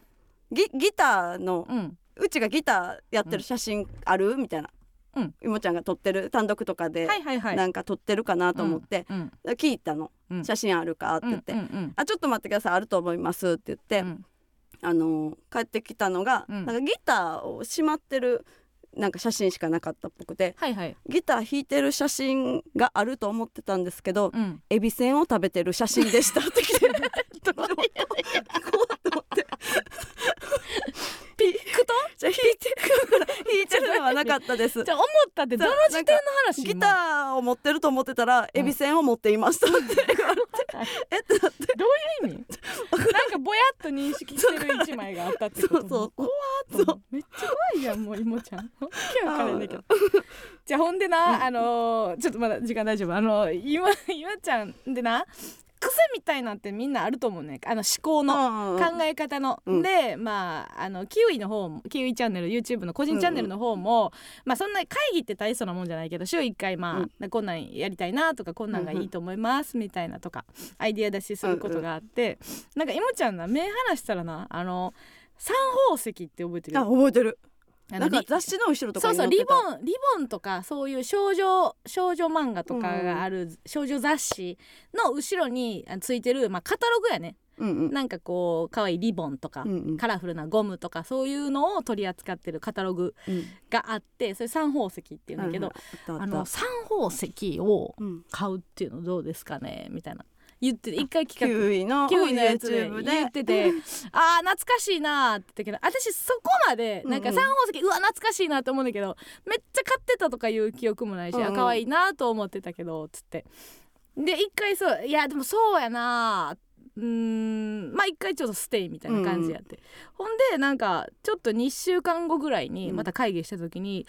A: ギギターの
B: うん
A: うちがギターやってる写真あるみたいな、
B: うん
A: いもちゃんが撮ってる単独とかで
B: はいはいはい
A: なんか撮ってるかなと思って、
B: うん
A: 聞いたの、
B: うん
A: 写真あるかって
B: うん
A: 言って、
B: うんうん
A: あちょっと待ってくださいあると思いますって言って、
B: うん
A: あの帰ってきたのが、
B: うん
A: なんかギターをしまってるなんか写真しかなかったっぽくて
B: はいはい
A: ギター弾いてる写真があると思ってたんですけど、
B: うん
A: エビせんを食べてる写真でしたって来 てどうしようこうと思って
B: ピックと
A: じゃあ弾いて弾いてるのはなかったです
B: じゃあ思ったってどの時点の話
A: ギターを持ってると思ってたらエビせんを持っていましたって言われて、えってなって
B: どういう意味 なんかぼやっと認識してる一枚があったってこ
A: そ
B: と
A: うそう
B: 怖っと思うめっちゃ怖いやんもういもち ゃんわけわからんねんけどじゃあほんでな、あのーちょっとまだ時間大丈夫あのー、いまいまちゃんでな癖みたいなんてみんなあると思うねんあの思考の
A: うん
B: 考え方の、
A: うん
B: でまああのキウイの方もキウイチャンネル YouTube の個人チャンネルの方も、まあそんな会議って大層なもんじゃないけど週1回まあ、
A: うん
B: なこんなんやりたいなとかこんなんがいいと思いますみたいなとかアイディア出しすることがあって、なんかいもちゃんな目離したらなあの三宝石って覚えてる
A: あ覚えてる
B: あの
A: なんか
B: リ
A: 雑誌の後ろとか
B: そう
A: に載って
B: そうリ
A: た
B: ボンリボンとかそういう少女少女漫画とかがある少女雑誌の後ろにあついてる、まあ、カタログやね
A: うんうん
B: なんかこう可愛いリボンとか、
A: うんうん
B: カラフルなゴムとかそういうのを取り扱ってるカタログ
A: うん
B: があってそれ三宝石っていうんだけど、
A: うん
B: あ
A: あったあ
B: の
A: った
B: 三宝石を
A: うん
B: 買うっていうのどうですかねみたいな言ってて一回
A: キ
B: 企画
A: ウイの
B: キウイのやつで
A: YouTube で
B: 言って て「あー懐かしいな」って言ったけど私そこまでなんか
A: うんうん
B: 三宝石うわ懐かしいなと思うんだけどめっちゃ買ってたとかいう記憶もないし「
A: うんうん
B: あ可愛いな」と思ってたけどつってで一回そう「いやでもそうやな」うーんまあ一回ちょっとステイみたいな感じやって、ほんでなんかちょっと2週間後ぐらいにまた会議した時に、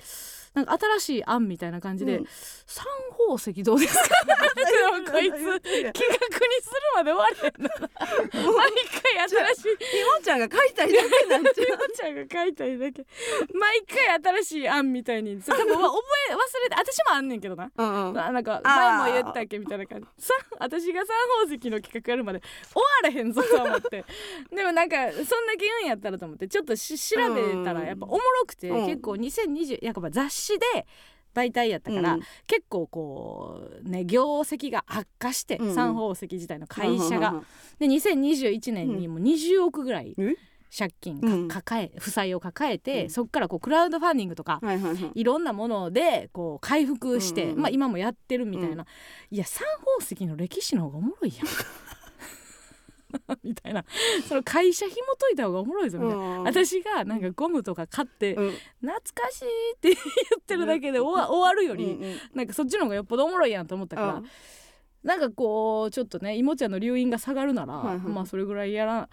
B: なんか新しい案みたいな感じで「
A: うん
B: 三宝石どうですか? 」ってこいつ企画にするまで終われへんな毎回新しい
A: ひもちゃんが書いたりだけなん ち
B: ち
A: ゃう
B: よちゃんが書いたりだけ毎回新しい案みたいにそれ多分わ覚え忘れて私もあんねんけどな。
A: うんうん
B: ななんか
A: あー
B: 前も言ったっけみたいな感じさ私が三宝石の企画やるまで終わらへんぞと思って でもなんかそんだけ言うんやったらと思ってちょっとし調べたらやっぱおもろくて、
A: うん
B: 結構2020やっぱ雑誌で媒体やったから、
A: うん
B: 結構こうね業績が悪化して、
A: うんうん
B: 三宝石自体の会社が
A: うんうんうん
B: で2021年にもう20億ぐらい
A: え
B: 借金
A: うん
B: か抱え負債を抱えて、
A: うん
B: そこからこうクラウドファンディングとか、
A: はいはいはい
B: いろんなものでこう回復して、
A: うんうんうん
B: まあ、今もやってるみたいな、いや三宝石の歴史の方がおもろいやん みたいなその会社紐解いた方がおもろいぞみたいな。
A: うん
B: 私がなんかゴムとか買って
A: うん
B: 「懐かしい」って言ってるだけで終わ終わるよ
A: うん
B: りなんかそっちの方がよっぽどおもろいやんと思ったから
A: うん
B: なんかこうちょっとね芋ちゃんの留飲が下がるなら、
A: はいはい
B: まあそれぐらいやら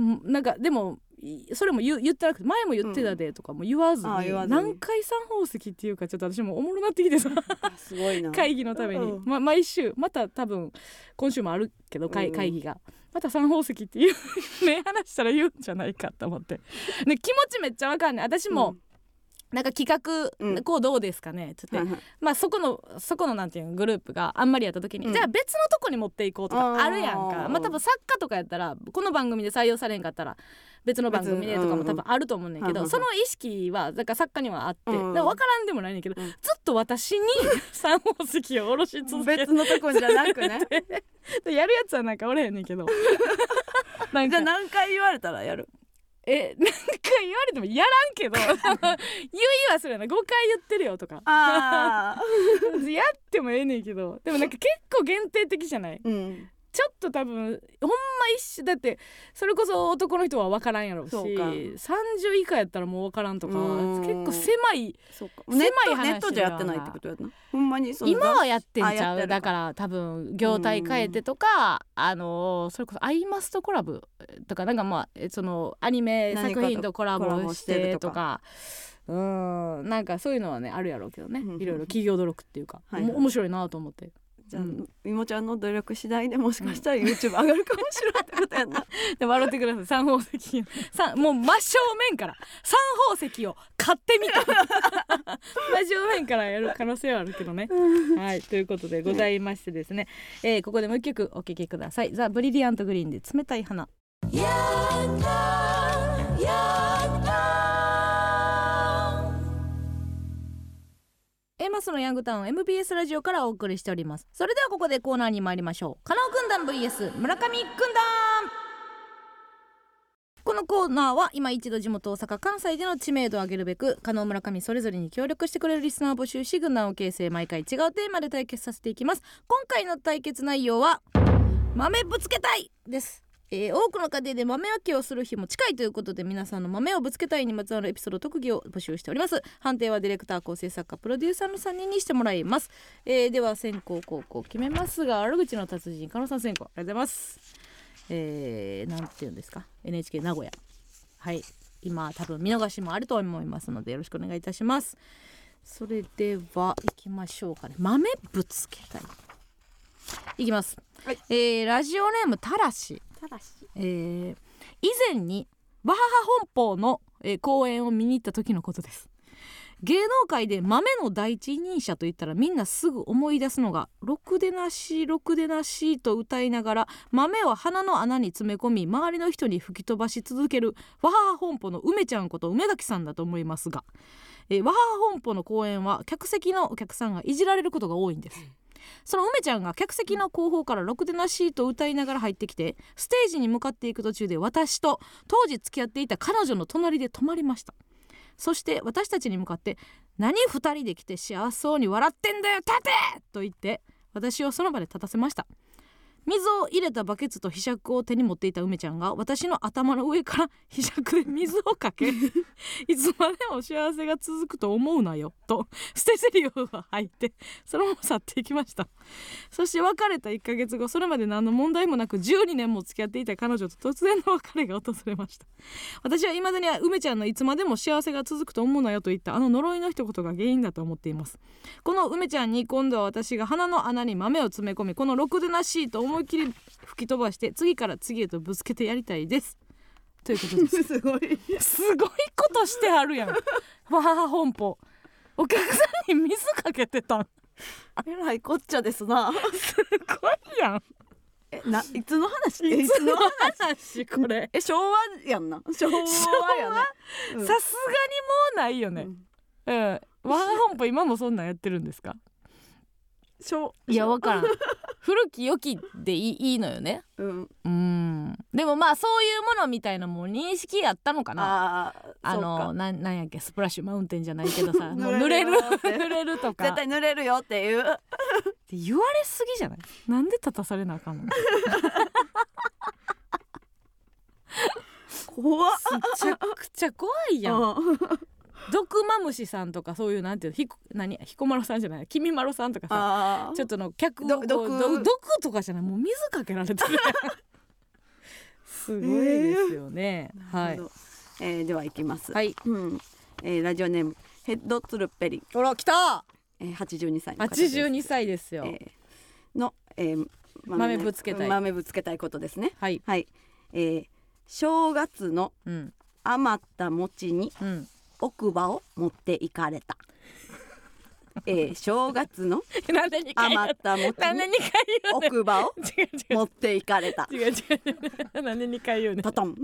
B: んなんかでもいそれも言う言ってなくて前も言ってたでとかも言わず
A: ああ
B: に,、
A: 言わずに
B: 何回三宝石っていうかちょっと私もおもろなってきてさ
A: あすごいな
B: 会議のために、
A: うん
B: ま、毎週また多分今週もあるけど会,、
A: うん
B: 会議がまた三宝石っていう 目話したら言うんじゃないかと思って、ね、気持ちめっちゃわかんない私も、なんか企画、
A: うん
B: こうどうですかねっつって、
A: はいはい
B: まあそこのそこのなんていうのグループがあんまりやった時に、
A: うん
B: じゃあ別のとこに持っていこうと
A: あ
B: か
A: ー
B: あるやんかまあ多分作家とかやったらこの番組で採用されへんかったら別の番組でとかも
A: 別う
B: 多
A: ん
B: 分あると思うねんだけど、
A: うんうん
B: その意識はだから作家にはあって、
A: う
B: だ
A: ん
B: か
A: うん
B: ら分からんでもないねんだけど、
A: うん
B: ずっと私に 三宝石を下ろし続けて
A: 別のとこじゃなく ね
B: やるやつはなんかおれへんねん けどなん
A: じゃあ
B: か
A: 何回言われたらやる
B: えなんか言われてもやらん けど言いはするやな5回言ってるよとか
A: ああ
B: やってもええねんけどでもなんか結構限定的じゃない
A: うん
B: ちょっと多分ほんま一瞬だってそれこそ男の人は分からんやろうし
A: そうか
B: 30以下やったらもう分からんと
A: う
B: か
A: ーん
B: 結構狭い
A: そうか
B: 狭
A: ネ
B: い
A: ッ
B: 話
A: ト
B: だよな
A: ネットじゃやってないってことやなほんまにその
B: 今はやってんち
A: あや
B: ゃ
A: っ
B: う
A: てるか
B: だから多分業態変えてとかあのそれこそ「アイマス」とコラボとかなんかまあえそのアニメ
A: 何かと
B: 作品とコラ
A: コラ
B: ボ
A: ボ
B: し
A: してる
B: てと
A: と
B: か。うーんなんかそういうのはねあるやろうけどね
A: うんうんうん
B: いろいろ企業努力っていうか、
A: はいはい
B: おも面白いなと思って
A: じゃあ、
B: うん
A: みもちゃんの努力次第でもしかしたら YouTube 上がるかもしれないってことやん な
B: で笑ってください三宝石三もう真正面から三宝石を買ってみた 真正面からやる可能性はあるけどねはいということでございましてですね、えーここでもう一曲お聴きください「ザ・ブリリアント・グリーン」で「冷たい花」エマスのヤングタウン MBS ラジオからお送りしておりますそれではここでコーナーに参りましょう加納軍団 VS 村上軍団このコーナーは今一度地元大阪関西での知名度を上げるべく加納村上それぞれに協力してくれるリスナーを募集し軍団を形成毎回違うテーマで対決させていきます今回の対決内容は豆ぶつけたいです、えー多くの家庭で豆分けをする日も近いということで皆さんの豆をぶつけたいにまつわるエピソード特技を募集しております判定はディレクター構成作家プロデューサーの3人にしてもらいます、えーでは先行後攻決めますが悪口の達人加納さん先行ありがとうございますえー、なんていうんですか NHK 名古屋はい今多分見逃しもあると思いますのでよろしくお願いいたしますそれでは行きましょうかね豆ぶつけたいいきます、
A: はい
B: えーラジオネームたらし、
A: ただし
B: えー以前にバハハ本邦の、えー公演を見に行った時のことです芸能界で豆の第一人者と言ったらみんなすぐ思い出すのが「ろくでなしろくでなし」と歌いながら豆を鼻の穴に詰め込み周りの人に吹き飛ばし続けるわはは本舗の梅ちゃんこと梅垣さんだと思いますが、えー、わはは本舗の公演は客席のお客さんがいじられることが多いんです。その梅ちゃんが客席の後方から「ろくでなし」と歌いながら入ってきてステージに向かっていく途中で私と当時付き合っていた彼女の隣で止まりましたそして私たちに向かって「何二人で来て幸せそうに笑ってんだよ立て!」と言って私をその場で立たせました水を入れたバケツと柄杓を手に持っていた梅ちゃんが私の頭の上から柄杓で水をかけいつまでも幸せが続くと思うなよと 捨てゼリフを吐いてそのまま去っていきました そして別れた1ヶ月後それまで何の問題もなく12年も付き合っていた彼女と突然の別れが訪れました私は未だに梅ちゃんのいつまでも幸せが続くと思うなよと言ったあの呪いの一言が原因だと思っていますこの梅ちゃんに今度は私が鼻の穴に豆を詰め込みこのろくでなしいと思いっきり吹き飛ばして次から次へとぶつけてやりたいですということです
A: すごい
B: すごいことしては るやんわあ本舗お客さんに水かけてたん
A: えらいこっちゃですな
B: すごいやん
A: え ないつの話えい
B: そ
A: つ
B: の
A: の
B: 話これ
A: え昭和やんな昭和やね
B: さ
A: う
B: すがに
A: ん
B: もうないよね
A: うん
B: うんわあ本舗今もそんなんやってるんですか
A: 昭
B: いやわからん古き良きでいいいいのよね
A: うん
B: うんでもまあそういうものみたいなもう認識やったのかな
A: あー
B: あ
A: そう
B: の
A: か
B: なんなんやっけスプラッシュマウンテンじゃないけどさ もう濡
A: 濡れ
B: れる
A: る
B: 濡れるとか
A: 絶対濡れるよっていう
B: って言われすぎじゃないなんで立たされなあかんのめ
A: 怖っ
B: ちゃくちゃ怖いやん
A: うん
B: 毒マムシさんとかそういうなんていうのひこ何彦摩呂さんじゃない君まろさんとかさ
A: あー
B: ちょっとの客を
A: ど
B: こう
A: 毒
B: 毒毒とかじゃないもう水かけ られてるすごいですよね、
A: なるほどえーでは行きます、
B: はいはい
A: うんえーラジオネームヘッドツルッペリ、
B: ほら来た
A: えー、82歳の方です
B: 82歳ですよ、
A: えーの、えー
B: 豆ぶつけたい
A: 豆ぶつけたいことですね
B: はい
A: はい、えー正月の
B: うん
A: 余った餅に
B: うん
A: 奥歯を持っていかれた、えー正月の
B: なんで2回言う
A: 余 った餅
B: なんで
A: に
B: 二回言うの
A: 奥歯を
B: 違う違う
A: 持っていかれた
B: 違う違う なんで2回言うね
A: パ トン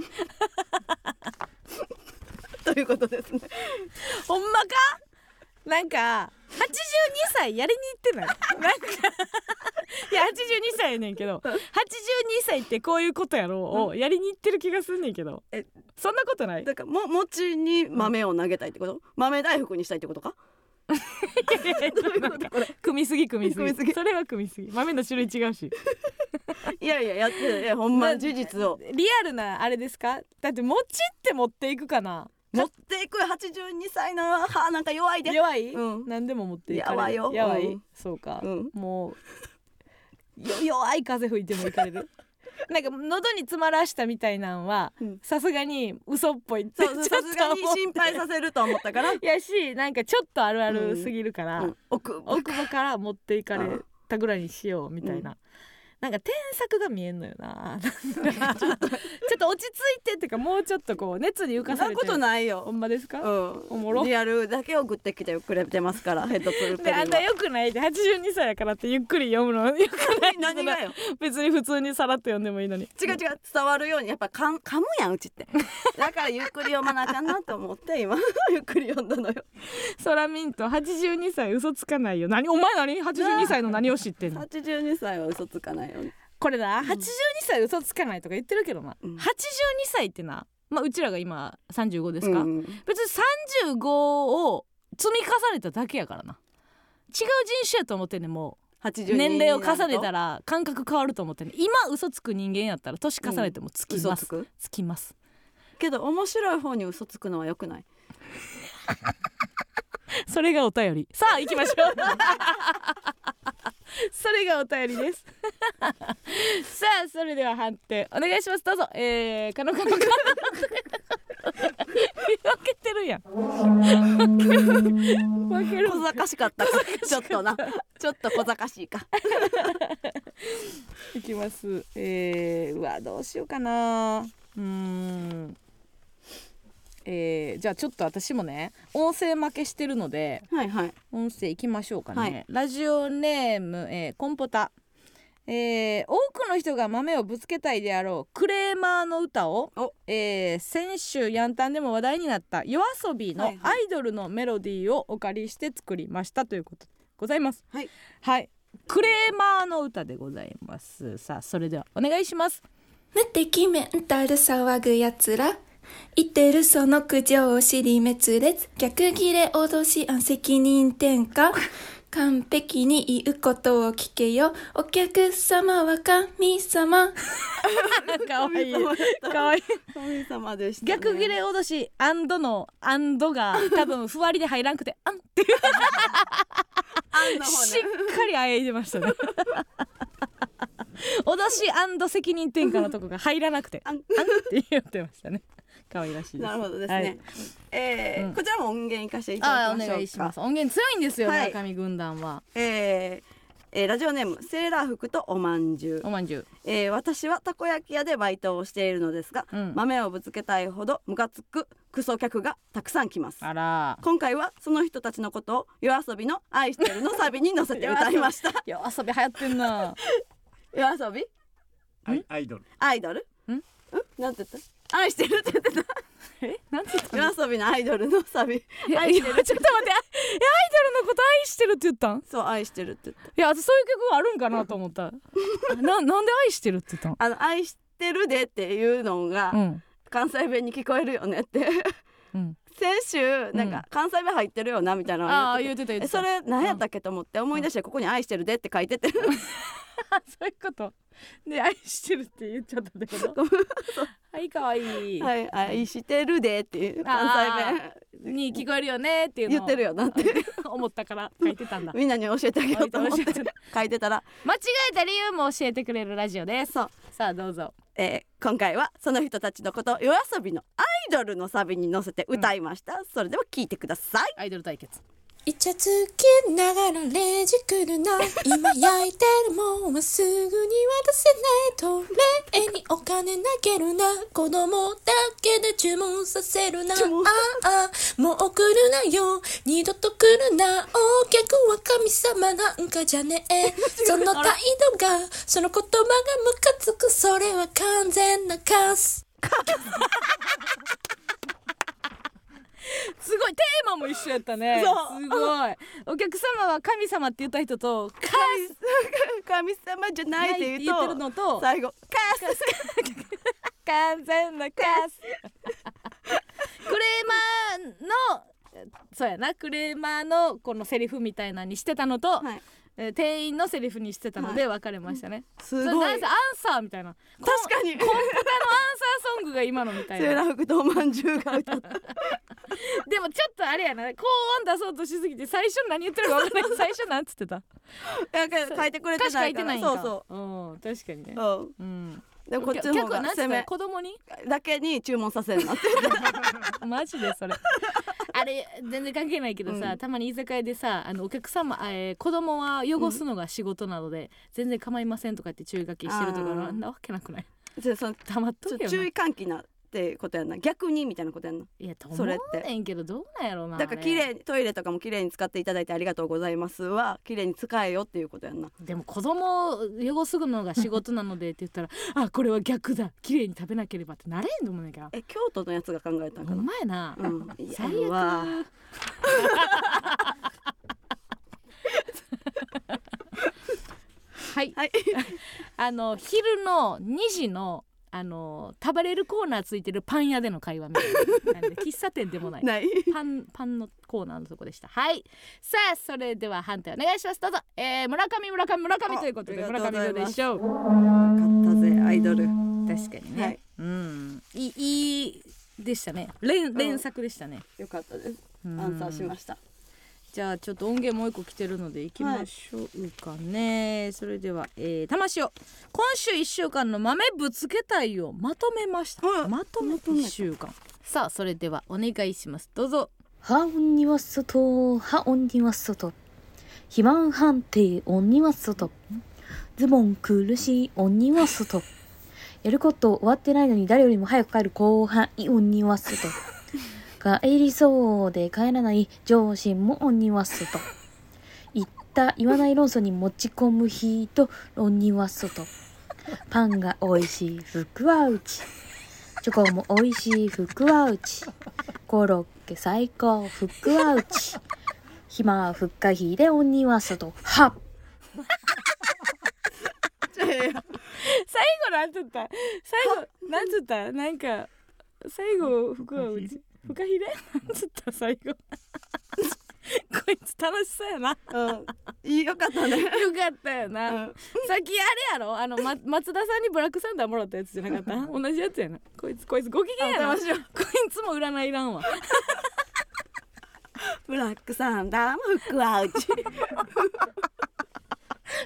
A: ということですね
B: ほんまかなんか82歳やりに行ってないなんかいや82歳やねんけど82歳ってこういうことやろうをやりに行ってる気がすんねんけど
A: え
B: そんなことない
A: だからも餅に豆を投げたいってこと豆大福にしたいってことか
B: 組みすぎ組みすぎ
A: 組みすぎ
B: それは組みすぎ豆の種類違うし
A: いやいややってないいやほんま事実を
B: リアルなあれですかだって餅って持っていくかな
A: 持っていく82歳の歯なんか弱いで
B: 弱い、
A: うん
B: 何でも持っていか
A: や
B: れる
A: ばいよ
B: やばい、
A: うん
B: そうか、
A: うん
B: もうよ 弱い風吹いてもいかれる なんか喉に詰まらしたみたいなんは
A: うん
B: さすがに嘘っぽいっ て
A: そうそう
B: ちょ
A: さ
B: っ
A: す
B: と
A: が
B: 思
A: に
B: う
A: 心配させると思ったから、う
B: やしなんかちょっとあるあるすぎるから、
A: ん、奥歯
B: 奥歯から持っていかれたぐらいにしようみたいな、なんか添削が見えんのよ ななんかちょっとちょっと落ち着いてっていうかもうちょっとこう熱に浮
A: そ
B: か
A: ん
B: さ
A: な
B: れ
A: こ
B: て
A: とない
B: ほ
A: よ、
B: んまですか、
A: うん、
B: おもろ
A: リアルだけ送ってきてくれてます からヘッドツルペ
B: で
A: リン
B: あ
A: は
B: んたよくないで82歳やからってゆっくり読む のよくない
A: 何がよ
B: 別に普通にさらっと読んでもいいのに
A: 違う違う伝わるようにやっぱ噛む噛むやんうちってだからゆっくり読まなあかんなと思って 今ゆっくり読んだのよ
B: ソラミント82歳嘘つかないよ何お前何82歳の何を知ってんの
A: 82歳は嘘つかないよね
B: これな82歳嘘つかないとか言ってるけどな、
A: うん
B: 82歳ってなまあうちらが今35ですか、
A: うん
B: 別に35を積み重ねただけやからな違う人種やと思ってんねんもう
A: 82
B: 年齢を重ねた
A: ら
B: ら感覚変わると思ってんねん今嘘つく人間やったら年重ねてもつき
A: 嘘
B: ま
A: つ
B: す、
A: く
B: つきます
A: けど面白い方に嘘つくのは良くない
B: それがお便り。さあ行きましょう。それがお便りです。さあそれでは判定お願いします。どうぞ。えー、カノカノカノ。分けてるやん。分ける。
A: 小賢しかったかちょっとなちょっと小賢しいか
B: いきます。えー、うわどうしようかな。うーん。えー、じゃあちょっと私もね音声負けしてるので。
A: はいはい
B: 音声いきましょうかね、
A: はい
B: ラジオネーム、えーコンポタ、えー多くの人が豆をぶつけたいであろうクレーマーの歌を
A: お、
B: えー先週ヤンタンでも話題になった夜遊びの
A: はいはい
B: アイドルのメロディーをお借りして作りましたということでございます
A: はい
B: はいクレーマーの歌でございますさあそれではお願いします
E: 無敵メンタル騒ぐやつら言ってるその苦情を尻滅裂逆ギレ脅しあ責任転嫁完璧に言うことを聞けよお客様は神様
B: かわい
A: 神
B: い
A: 様だった
B: かわいい
A: 神様でした、ね、
B: 逆ギレ脅しアンドのアンドが多分ふわりで入らんくてアンって
A: あんな方ね
B: しっかりあえいで ましたね脅し責任転嫁のとこが入らなくて
A: あん
B: って言ってましたね可愛らしいです
A: なるほどですね、
B: はい
A: えー
B: うん
A: こちらも音源いかせてい
B: あ
A: ただき
B: ー
A: ましょう
B: お
A: か
B: 願いします音源強いんですよ、
A: はい
B: 村上軍団は
A: えーえーラジオネームセーラー服とおまんじゅう
B: お、まんじゅう
A: えー私はたこ焼き屋でバイトをしているのですが、
B: うん
A: 豆をぶつけたいほどムカつくクソ客がたくさん来ます
B: あら
A: 今回はその人たちのことを夜遊びの愛してるのサビに乗せて歌いま した
B: 夜遊び流行ってんな
A: 夜遊び
F: アイアイドル
A: アイドル
B: ん
A: んなんて言った愛してるって言ってた
B: えなんて言ったの
A: 夜遊びのアイドルのサビ
B: いや
A: 愛して
B: い
A: る
B: やちょっと待ってあえアイドルのこと愛してるって言ったん
A: そう愛してるって言った
B: いや私そういう曲あるんかなと 思ったあななんで愛してるって言ったん
A: あの愛してるでっていうのが
B: うん
A: 関西弁に聞こえるよねって
B: うん
A: 先週なんか関西弁入ってるよなみたいなのを言ってて
B: ああー言ってた言って
A: え
B: た
A: それ何やったっけと思って思い出してここに「愛してるで」って書いてて
B: あ そういうことで愛してるって言っちゃったんだ けど
A: ごめん
B: はい可愛 い
A: はい、愛してるでっていう関西弁
B: に聞こえるよねっていうの
A: 言ってるよなって
B: を 思ったから書い てたんだ
A: みんなに教えてあげようと思って
B: 教えて
A: 書いてたら
B: 間違えた理由も教えてくれるラジオです
A: そう、
B: さあどうぞ
A: えー今回はその人たちのことを夜遊びのアイドルのサビに乗せて歌いました、それでは聞いてください
B: アイドル対決
F: イチャつきながらレジ来るな今焼いてるもんはすぐに渡せないとレイにお金投げるな子供だけで注文させるなあ
A: 注文
F: ああもう来るなよ二度と来るなお客は神様なんかじゃね えその態度がその言葉がムカつくそれは完全なカス
B: すごいテーマも一緒やったね
A: そう
B: すごいお客様は神様って言った人とカ
A: 神様じゃないって
B: ないって
A: 言
B: 言って
A: う
B: る
A: と
B: のと
A: 最後カース
B: 完全なカスクレーマーのそうやなクレーマーのこのセリフみたいなのにしてたのと、
A: はい
B: えー店員のセリフにしてたので分かれましたね、
A: す
B: それ
A: ご
B: なん
A: い
B: せアンサーみたいな
A: 確かに
B: コンコンピューターのアンサーソングが今のみた い
A: セーラ
B: な
A: ー服とおまんじゅうが歌った
B: でもちょっとあれやな高音出そうとしすぎて最初何言ってるか分から ない最初なんつってた
A: なんか書いてくれ
B: 歌
A: て
B: 詞書
A: ない
B: い
A: か
B: てな
A: ら
B: いんか
A: そうそ
B: うん確かにね
A: う、うん、
B: うん
A: でもこっちの方
B: 客はな
A: が
B: んつっ
A: 攻
B: てた
A: め
B: 子供に
A: だけに注文させるなって
B: マジでそれあれ全然関係ないけどさ、たまに居酒屋でさあのお客様、えー子供は汚すのが仕事なので、全然構いませんとかって注意書きしてると
A: あ
B: か
A: ー
B: なんなわけなくない
A: じゃあそのち
B: 黙っと
A: ょ
B: けよ
A: 注
B: な
A: 意
B: い
A: 喚起なってことやんな逆にみたいなことやんな
B: やと思
A: そうれって
B: ねんけどどうなんやろうな
A: だから
B: あれ
A: 綺麗にトイレとかも綺麗に使っていただいてありがとうございますは綺麗に使えよっていうことやんな
B: でも子供を汚すのが仕事なのでって言ったらあこれは逆だ綺麗に食べなければってなれんと思うねんけど
A: え京都のやつが考えたん
B: ほ
A: か
B: ん
A: な
B: まやな、
A: うん
B: 最悪
A: うわ
B: はい
A: はい
B: あの昼の2時のあの食べれるコーナーついてるパン屋での会話みたいななんで喫茶店でもない
A: ない
B: パンパンのコーナーのとこでしたはいさあそれでは判定お願いしますどうぞ、えー、村上村上村上
A: あ
B: ということで
A: ありが
B: 村
A: とうござい
B: 上どう
A: ます
B: でしょう
A: 勝ったぜアイドル
B: 確かにね、
A: はい
B: うんいいいいでしたね連連作でしたね、
A: よかったです
B: うん
A: アンサーしました
B: じゃあちょっと音源もう一個来てるので行きましょうかね、それでは、えー、魂を今週一週間の豆ぶつけたいをまとめました、
A: うん
B: まとめて一週間さあそれではお願いしますどうぞ
D: ハオンには外、ハオンには外。肥満判定、オンには外。ズボン苦しい、オンには外。やること終わってないのに誰よりも早く帰る後半、イオンには外。帰りそうで帰らない上司もオンには外。言った、言わない論争に持ち込む人、オンには外。パンが美味しい、福は内。チョコも美味しい、福は内。コロッケ最 高、福は内。 暇はふっかひで鬼は外。はっ
B: 最後なんつった最後なんつったなんか最後服はうちフカヒレなんつった最後 こいつ楽しそうやな
A: うんいいよかった ね
B: よかったよな、
A: うん
B: さっきあれやろあの、ま、松田さんにブラックサンダーもらったやつじゃなかった 同じやつやなこいつこいつご機嫌やな
A: あ
B: こ
A: どうしよう
B: いつも占いいらんわ
A: ブラックサンダーも服は うち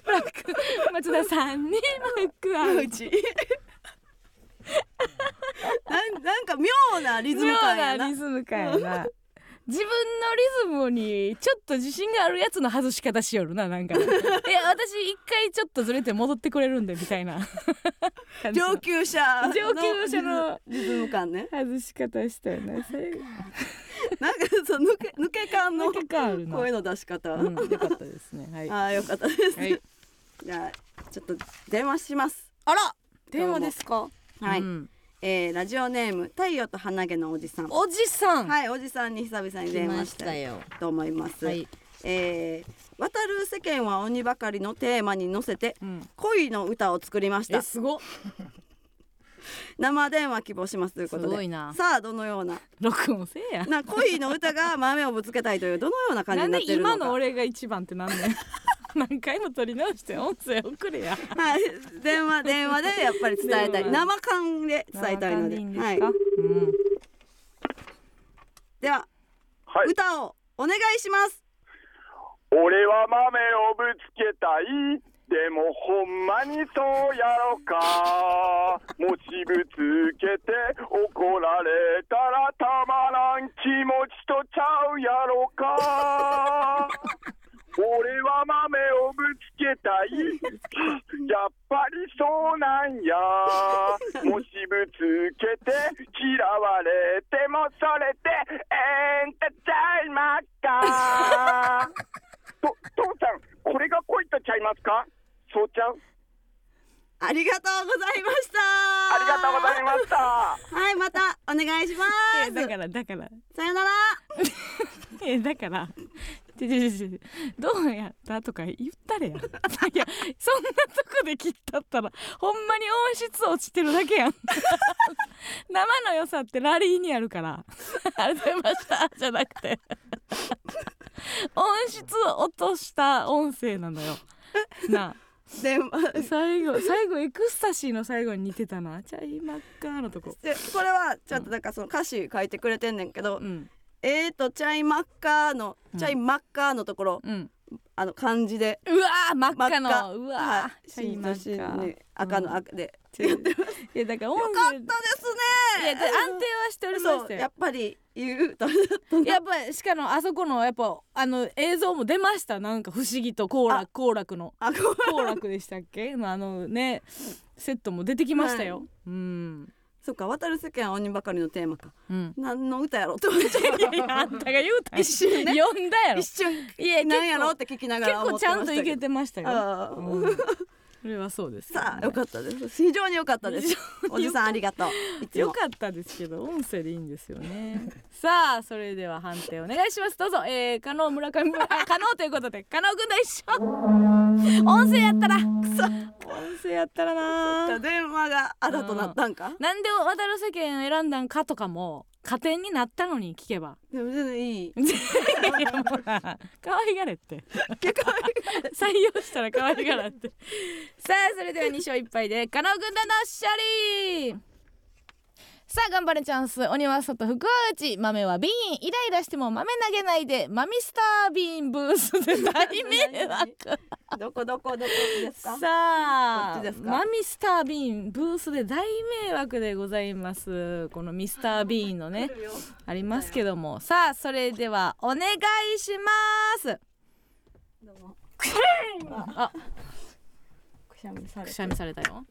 B: ブラック 松田さんにマックは うち
A: なんなんか妙なリズ
B: 妙
A: ム感や
B: な
A: な
B: リズム感やな自分のリズムにちょっと自信があるやつの外し方しよるななん かいや私一回ちょっとずれて戻ってくれるんでみた いな感じの
A: 上級者の
B: 上級者の
A: リズム感ね
B: 外し方したよね最後
A: なんかそう抜け抜け感の
B: 抜け感あるな
A: 声の出し方、
B: うん、よかったですねはい
A: ああよかったです、
B: はい
A: じゃあちょっと電話します
B: あら
A: 電話です
B: か
A: はい、
B: うん
A: えーラジオネーム太陽と花毛のおじさん
B: おじさん、
A: はいおじさんに久々に
B: 来
A: 電
B: ま
A: 話
B: し
A: したたい
B: よ
A: と思います、
B: はい、
A: えー渡る世間は鬼ばかりのテーマに乗せて
B: うん、
A: 恋の歌を作りまし
B: え
A: た
B: すごっ
A: 生電話希望しますということです
B: ごいな
A: さあどのような
B: 録音せえや
A: な恋の歌が豆をぶつけたいというどのような感じ
B: な
A: に
B: ん
A: なっ
B: で
A: てるのか
B: 今の俺が一番ってなんねん 何回も撮り直して音声送れ や
A: はい、電話電話でやっぱり伝えたい
B: 電
A: 生感で伝えたいので
B: いいんですか、
A: はい、
B: うん
A: では、
G: はい
A: 歌をお願いします
G: 俺は豆をぶつけたいでもほんまにそうやろかもしぶつけて怒られたらたまらん気持ちとちゃうやろか俺は豆をぶつけたいやっぱりそうなんやもしぶつけて嫌われてもそれでエンターテインマーかと、父さん、これが恋とちゃいますかそうちゃん、
A: ありがとうございました
G: ありがとうございました。
A: はいまたお願いしま
B: え
A: す
B: だからだから
A: さよなら
B: えだからちょちょちょちょどうやったとか言ったれやいやそんなとこで切ったったらほんまに音質落ちてるだけやん生の良さってラリーにあるからありがとうございましたじゃなくて音質落とした音声なのよな
A: 電話
B: あ最後最後エクスタシーの最後に似てたなチャイマッカーのとこ
A: でこれはちょっとなんかその歌詞書いてくれてんねんけど「
B: うん
A: えーとチャイマッカーの」チャイマッカーのところ、
B: うん
A: あの漢字で
B: うわー真っ
A: 真っ
B: 赤
A: 赤
B: のうわー、
A: はい、
B: チャイ
A: 真
B: マ
A: と
B: ッ
A: 真
B: カー
A: に赤
B: うん
A: の赤で、
B: いやだから音
A: よかった
B: 声
A: です
B: い
A: ね
B: やだ安定はしておりまし
A: そう
B: た
A: や
B: よ
A: っぱり言うと
B: やっぱりしかもあそこのやっぱあの映像も出ましたなんか不思議と幸楽
A: あ
B: 幸楽の
A: あごめん
B: 幸楽でしたっ けのあのねセットも出てきましたよ、うん
A: そっか渡る世間は鬼ばかりのテーマか
B: うん
A: 何の歌やろって思っちゃ
B: いやいやあんたが言うたんや
A: 一瞬ね
B: 呼んだや
A: う
B: ろ
A: 一瞬
B: いや
A: 何やろっ
B: 結
A: て聞きながら
B: 構結構ちゃんといけ
A: て
B: てましたよ、
A: あー
B: うん、それはそうです
A: さあよかったです非常に良かったですおじさんありがとういつ
B: よ
A: も
B: かったですけど音声でいいんですよね さあそれでは判定お願いしますどうぞえー、加納村上 村加納ということで加納軍団一緒音声やったらくそ音声やったらな
A: 電話があだとなったんか
B: なんで渡る世間を選んだんかとかも加点になったのに聞けば
A: でも全然いい
B: いやもうな可愛がれって採用したら可愛がらってさあそれでは2勝1敗で加納軍団の勝利さあ頑張れチャンス鬼は外福は内豆は瓶イライラしても豆投げないでマミスタービーンブースで大迷惑
A: どこどこどこです
B: さ
A: かこ
B: あ
A: っちですか
B: マミスタービーンブースで大迷惑でございますこのミスタービーンのねありますけどもさあそれではお願いします
A: くしゃみさ
B: く
A: れ
B: しゃみされたよ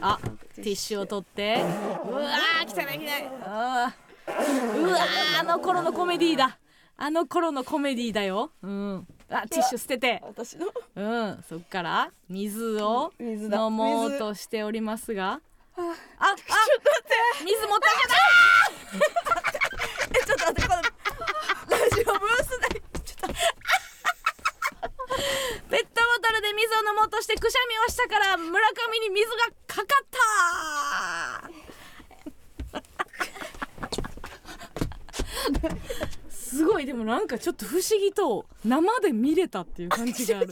B: あティッシュを取ってうわー汚い汚いあーうわーあの頃のコメディだあの頃のコメディだようんあティッシュ捨てて
A: 私の
B: うんそっから水を
A: 水だ
B: 飲もうとしておりますがああちょっと待って水持ってあ げた
A: えちょっと待ってこのラジオブースで
B: ペットボトルで水を飲もうとしてくしゃみをしたから村上に水がかかったすごいでもなんかちょっと不思議と生で見れたっていう感じ がある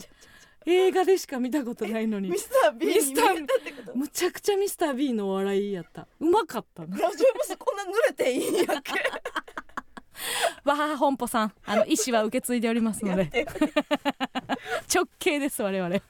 B: 映画でしか見たことないのに
A: ミスター B に
B: ミスター
A: 見えたってこと
B: むちゃくちゃミスター B のお笑いやったうまかったな
A: ラジオブースこんな濡れていいんやっけ
B: わはは本舗さんあの意思は受け継いでおりますので 直径です我々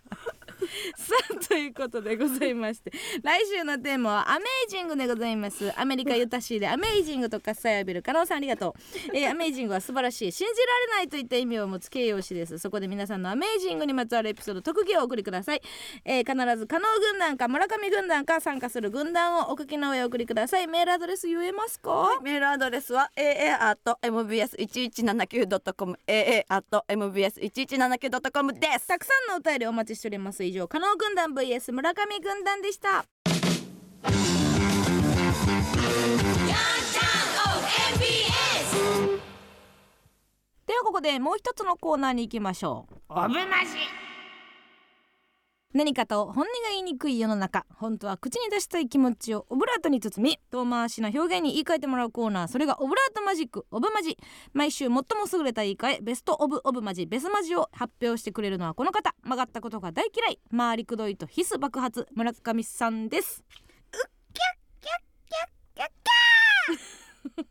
B: さあということでございまして来週のテーマは「アメイジング」でございますアメリカ・ユタ州で「アメイジング」と喝采を浴びる加納さんありがとう、えーアメイジングは素晴らしい信じられないといった意味を持つ形容詞ですそこで皆さんのアメイジングにまつわるエピソード特技をお送りください、えー必ず加納軍団か村上軍団か参加する軍団をお書きの上お送りくださいメールアドレス言えます か、
A: メールアドレスは aa.mbs1179.com aa.mbs1179.com です
B: たくさんのお便りお待ちしております以上加納軍団 vs 村上軍団でしたではここでもう一つのコーナーに行きましょう何かと本音が言いにくい世の中本当は口に出したい気持ちをオブラートに包み遠回しな表現に言い換えてもらうコーナーそれがオブラートマジックオブマジ毎週最も優れた言い換えベストオブオブマジベスマジを発表してくれるのはこの方曲がったことが大嫌い回りくどいとヒス爆発村上さんです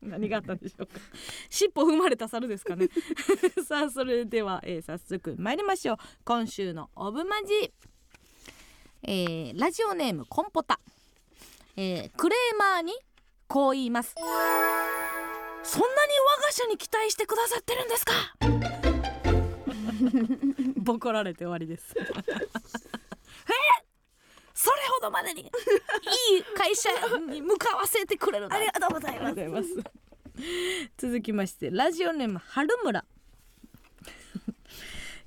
B: 何があったんでしょうか尻尾踏まれた猿ですかね さあそれでは、えー早速参りましょう今週のオブマジ、えーラジオネームコンポタ、えークレーマーにこう言いますそんなに我が社に期待してくださってるんです かボコられて終わりです えーそれほどまでにいい会社に向かわせてくれるありがとうございます続きましてラジオネーム春村、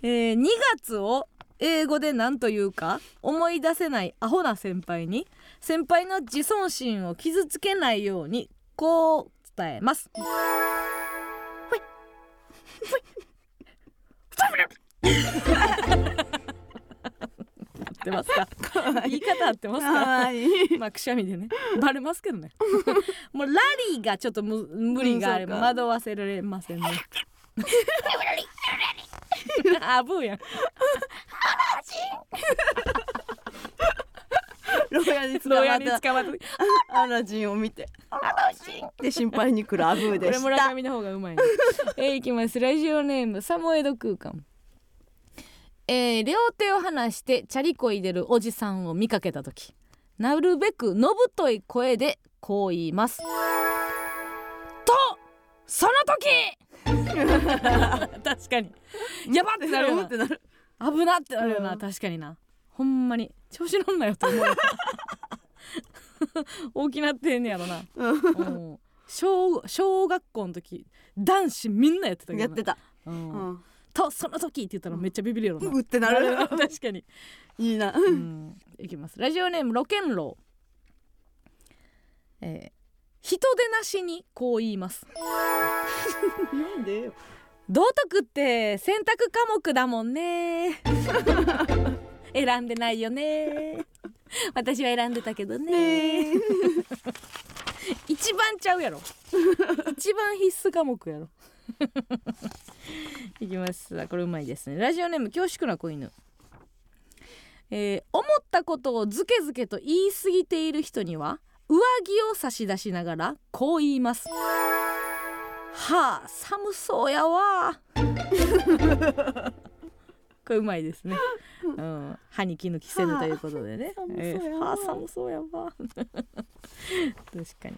B: えー、2月を英語で何というか思い出せないアホな先輩に先輩の自尊心を傷つけないようにこう伝えます合ってますか言い方合ってますか
A: 可愛い
B: まあくしゃみでねバレますけどね もうラリーがちょっとむ無理があれ
A: うんそう
B: ば
A: か
B: 惑わせられま せんねあブー やん
A: 牢屋に捕
B: 牢
A: ま
B: 屋
A: っ
B: に
A: た
B: 捕まって
A: アラジンを見てアラジンで心配に来るアブー
B: こ
A: で
B: れ
A: し
B: 村
A: た
B: 上の方がうまい、ね、えー、いきますラジオネームサモエド空間えー、両手を離してチャリこいでるおじさんを見かけた時なるべくのぶとい声でこう言いますとその時 確かにやばってなるよ
A: う
B: なん
A: ってなる
B: 危なってなるよな、
A: うん
B: 確かになほんまに調子乗んなよと 思う大きなってんねやろな
A: うん
B: うん小小学校の時男子みんなやってたけどな
A: やってた
B: うん
A: うん
B: とその時って言ったらめっちゃビビるやろな、
A: うってなる
B: 確かに、
A: いいな
B: うん、いきますラジオネームロケンロウえー人でなしにこう言います
A: なんでよ
B: 道徳って選択科目だも んね選んでないよね私は選んでたけどね一番ちゃうやろ一番必須科目やろ いきますあこれうまいですねラジオネーム恐縮な子犬えー思ったことをずけずけと言い過ぎている人には上着を差し出しながらこう言いますはあ寒そうやわ これうまいですね、うん、歯に衣着せぬということで ね
A: はあ寒そうや
B: え
A: わ
B: ーはあ寒そうやわ 確かに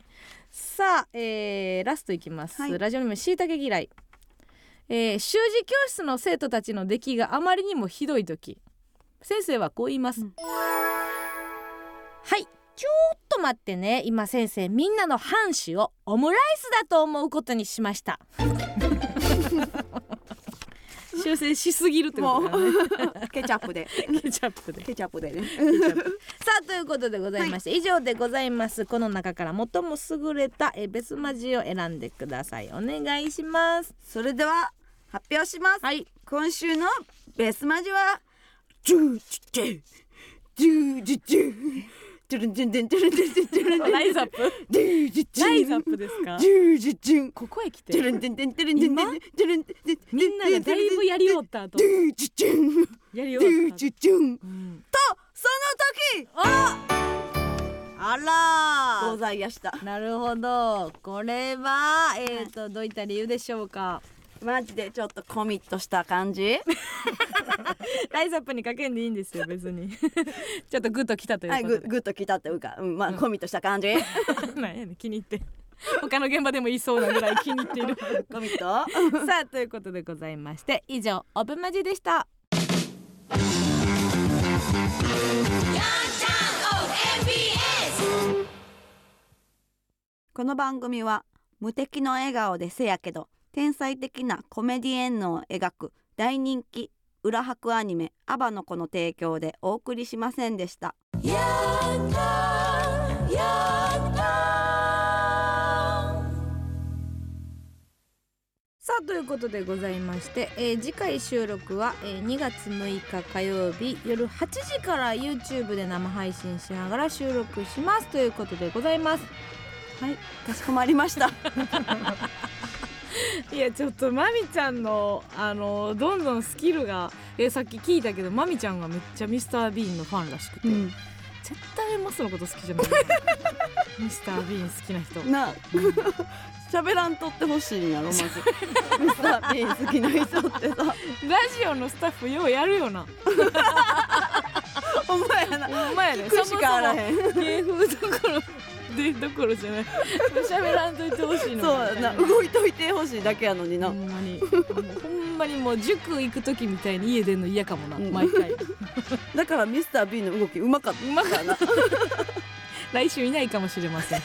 B: さあ、えーラストいきます、
A: はい
B: ラジオネームしいたけ嫌い、えー習字教室の生徒たちの出来があまりにもひどい時先生はこう言います、
A: うん
B: はいちょっと待ってね今先生みんなの半紙をオムライスだと思うことにしました 修正しすぎるってことだね
A: ケチャップで
B: ケチャップで
A: ケチャップでね
B: さあということでございまして、以上でございますこの中から最も優れたえベスマジを選んでくださいお願いします
A: それでは発表します、
B: はい
A: 今週のベスマジはジュージュージュージュージュージュルンジュンジュンジュルンジュンジュンジュルンジュン
B: ライズアップ
A: ジュージュジュン
B: ライズアップですか
A: ジュージュジュン
B: ここへ来
A: ジュ
B: て
A: ルンジュンジュンジュルンジュンジュンジュルンジュン
B: みんながだいぶやりおった後
A: ジュージュジュン
B: やり
A: ジ
B: おった
A: ュー
B: 後
A: ジュジュン
B: うん
A: とその時あらございやした
B: なるほどこれはえっ、とどういった理由でしょうか
A: マジでちょっとコミットした感じ
B: ライズアップにかけんでいいんですよ別に ちょっとグッときたという
A: はい
B: こ
A: ぐ
B: とで、
A: ぐっときたっていうかうんまあコミットした感じ
B: なんやねん気に入って他の現場でも言いそうなぐらい気に入っている
A: コミット
B: さあということでございまして以上オブマジでした
A: この番組は無敵の笑顔でせやけど天才的なコメディエンヌを描く大人気裏白アニメ「アバの子」の提供でお送りしませんでした。
B: さあということでございまして、えー次回収録は、えー2月6日火曜日夜8時から YouTube で生配信しながら収録しますということでございます
A: はいかしこまりました
B: いやちょっとまみちゃんのあのどんどんスキルがえさっき聞いたけどまみちゃんがめっちゃミスタービーンのファンらしくて、
A: うん
B: 絶対マスのこと好きじゃない ミスタービーン好きな人
A: なあ喋らんとってほしいんやろま ずミスター・ビーン好きな人ってさ
B: ラジオのスタッフようやるよな
A: お前やな
B: ほんまやね
A: 口しかあらへんそ
B: 芸風どころでどころじゃない喋らんといてほしいの
A: うやな動いといてほしいだけやのにな、
B: ほんまにほんまにもう塾行く時みたいに家出んの嫌かもな、
A: うん
B: 毎回
A: だからミスター・ビーンの動きうまかった
B: うまかな来週いないかもしれません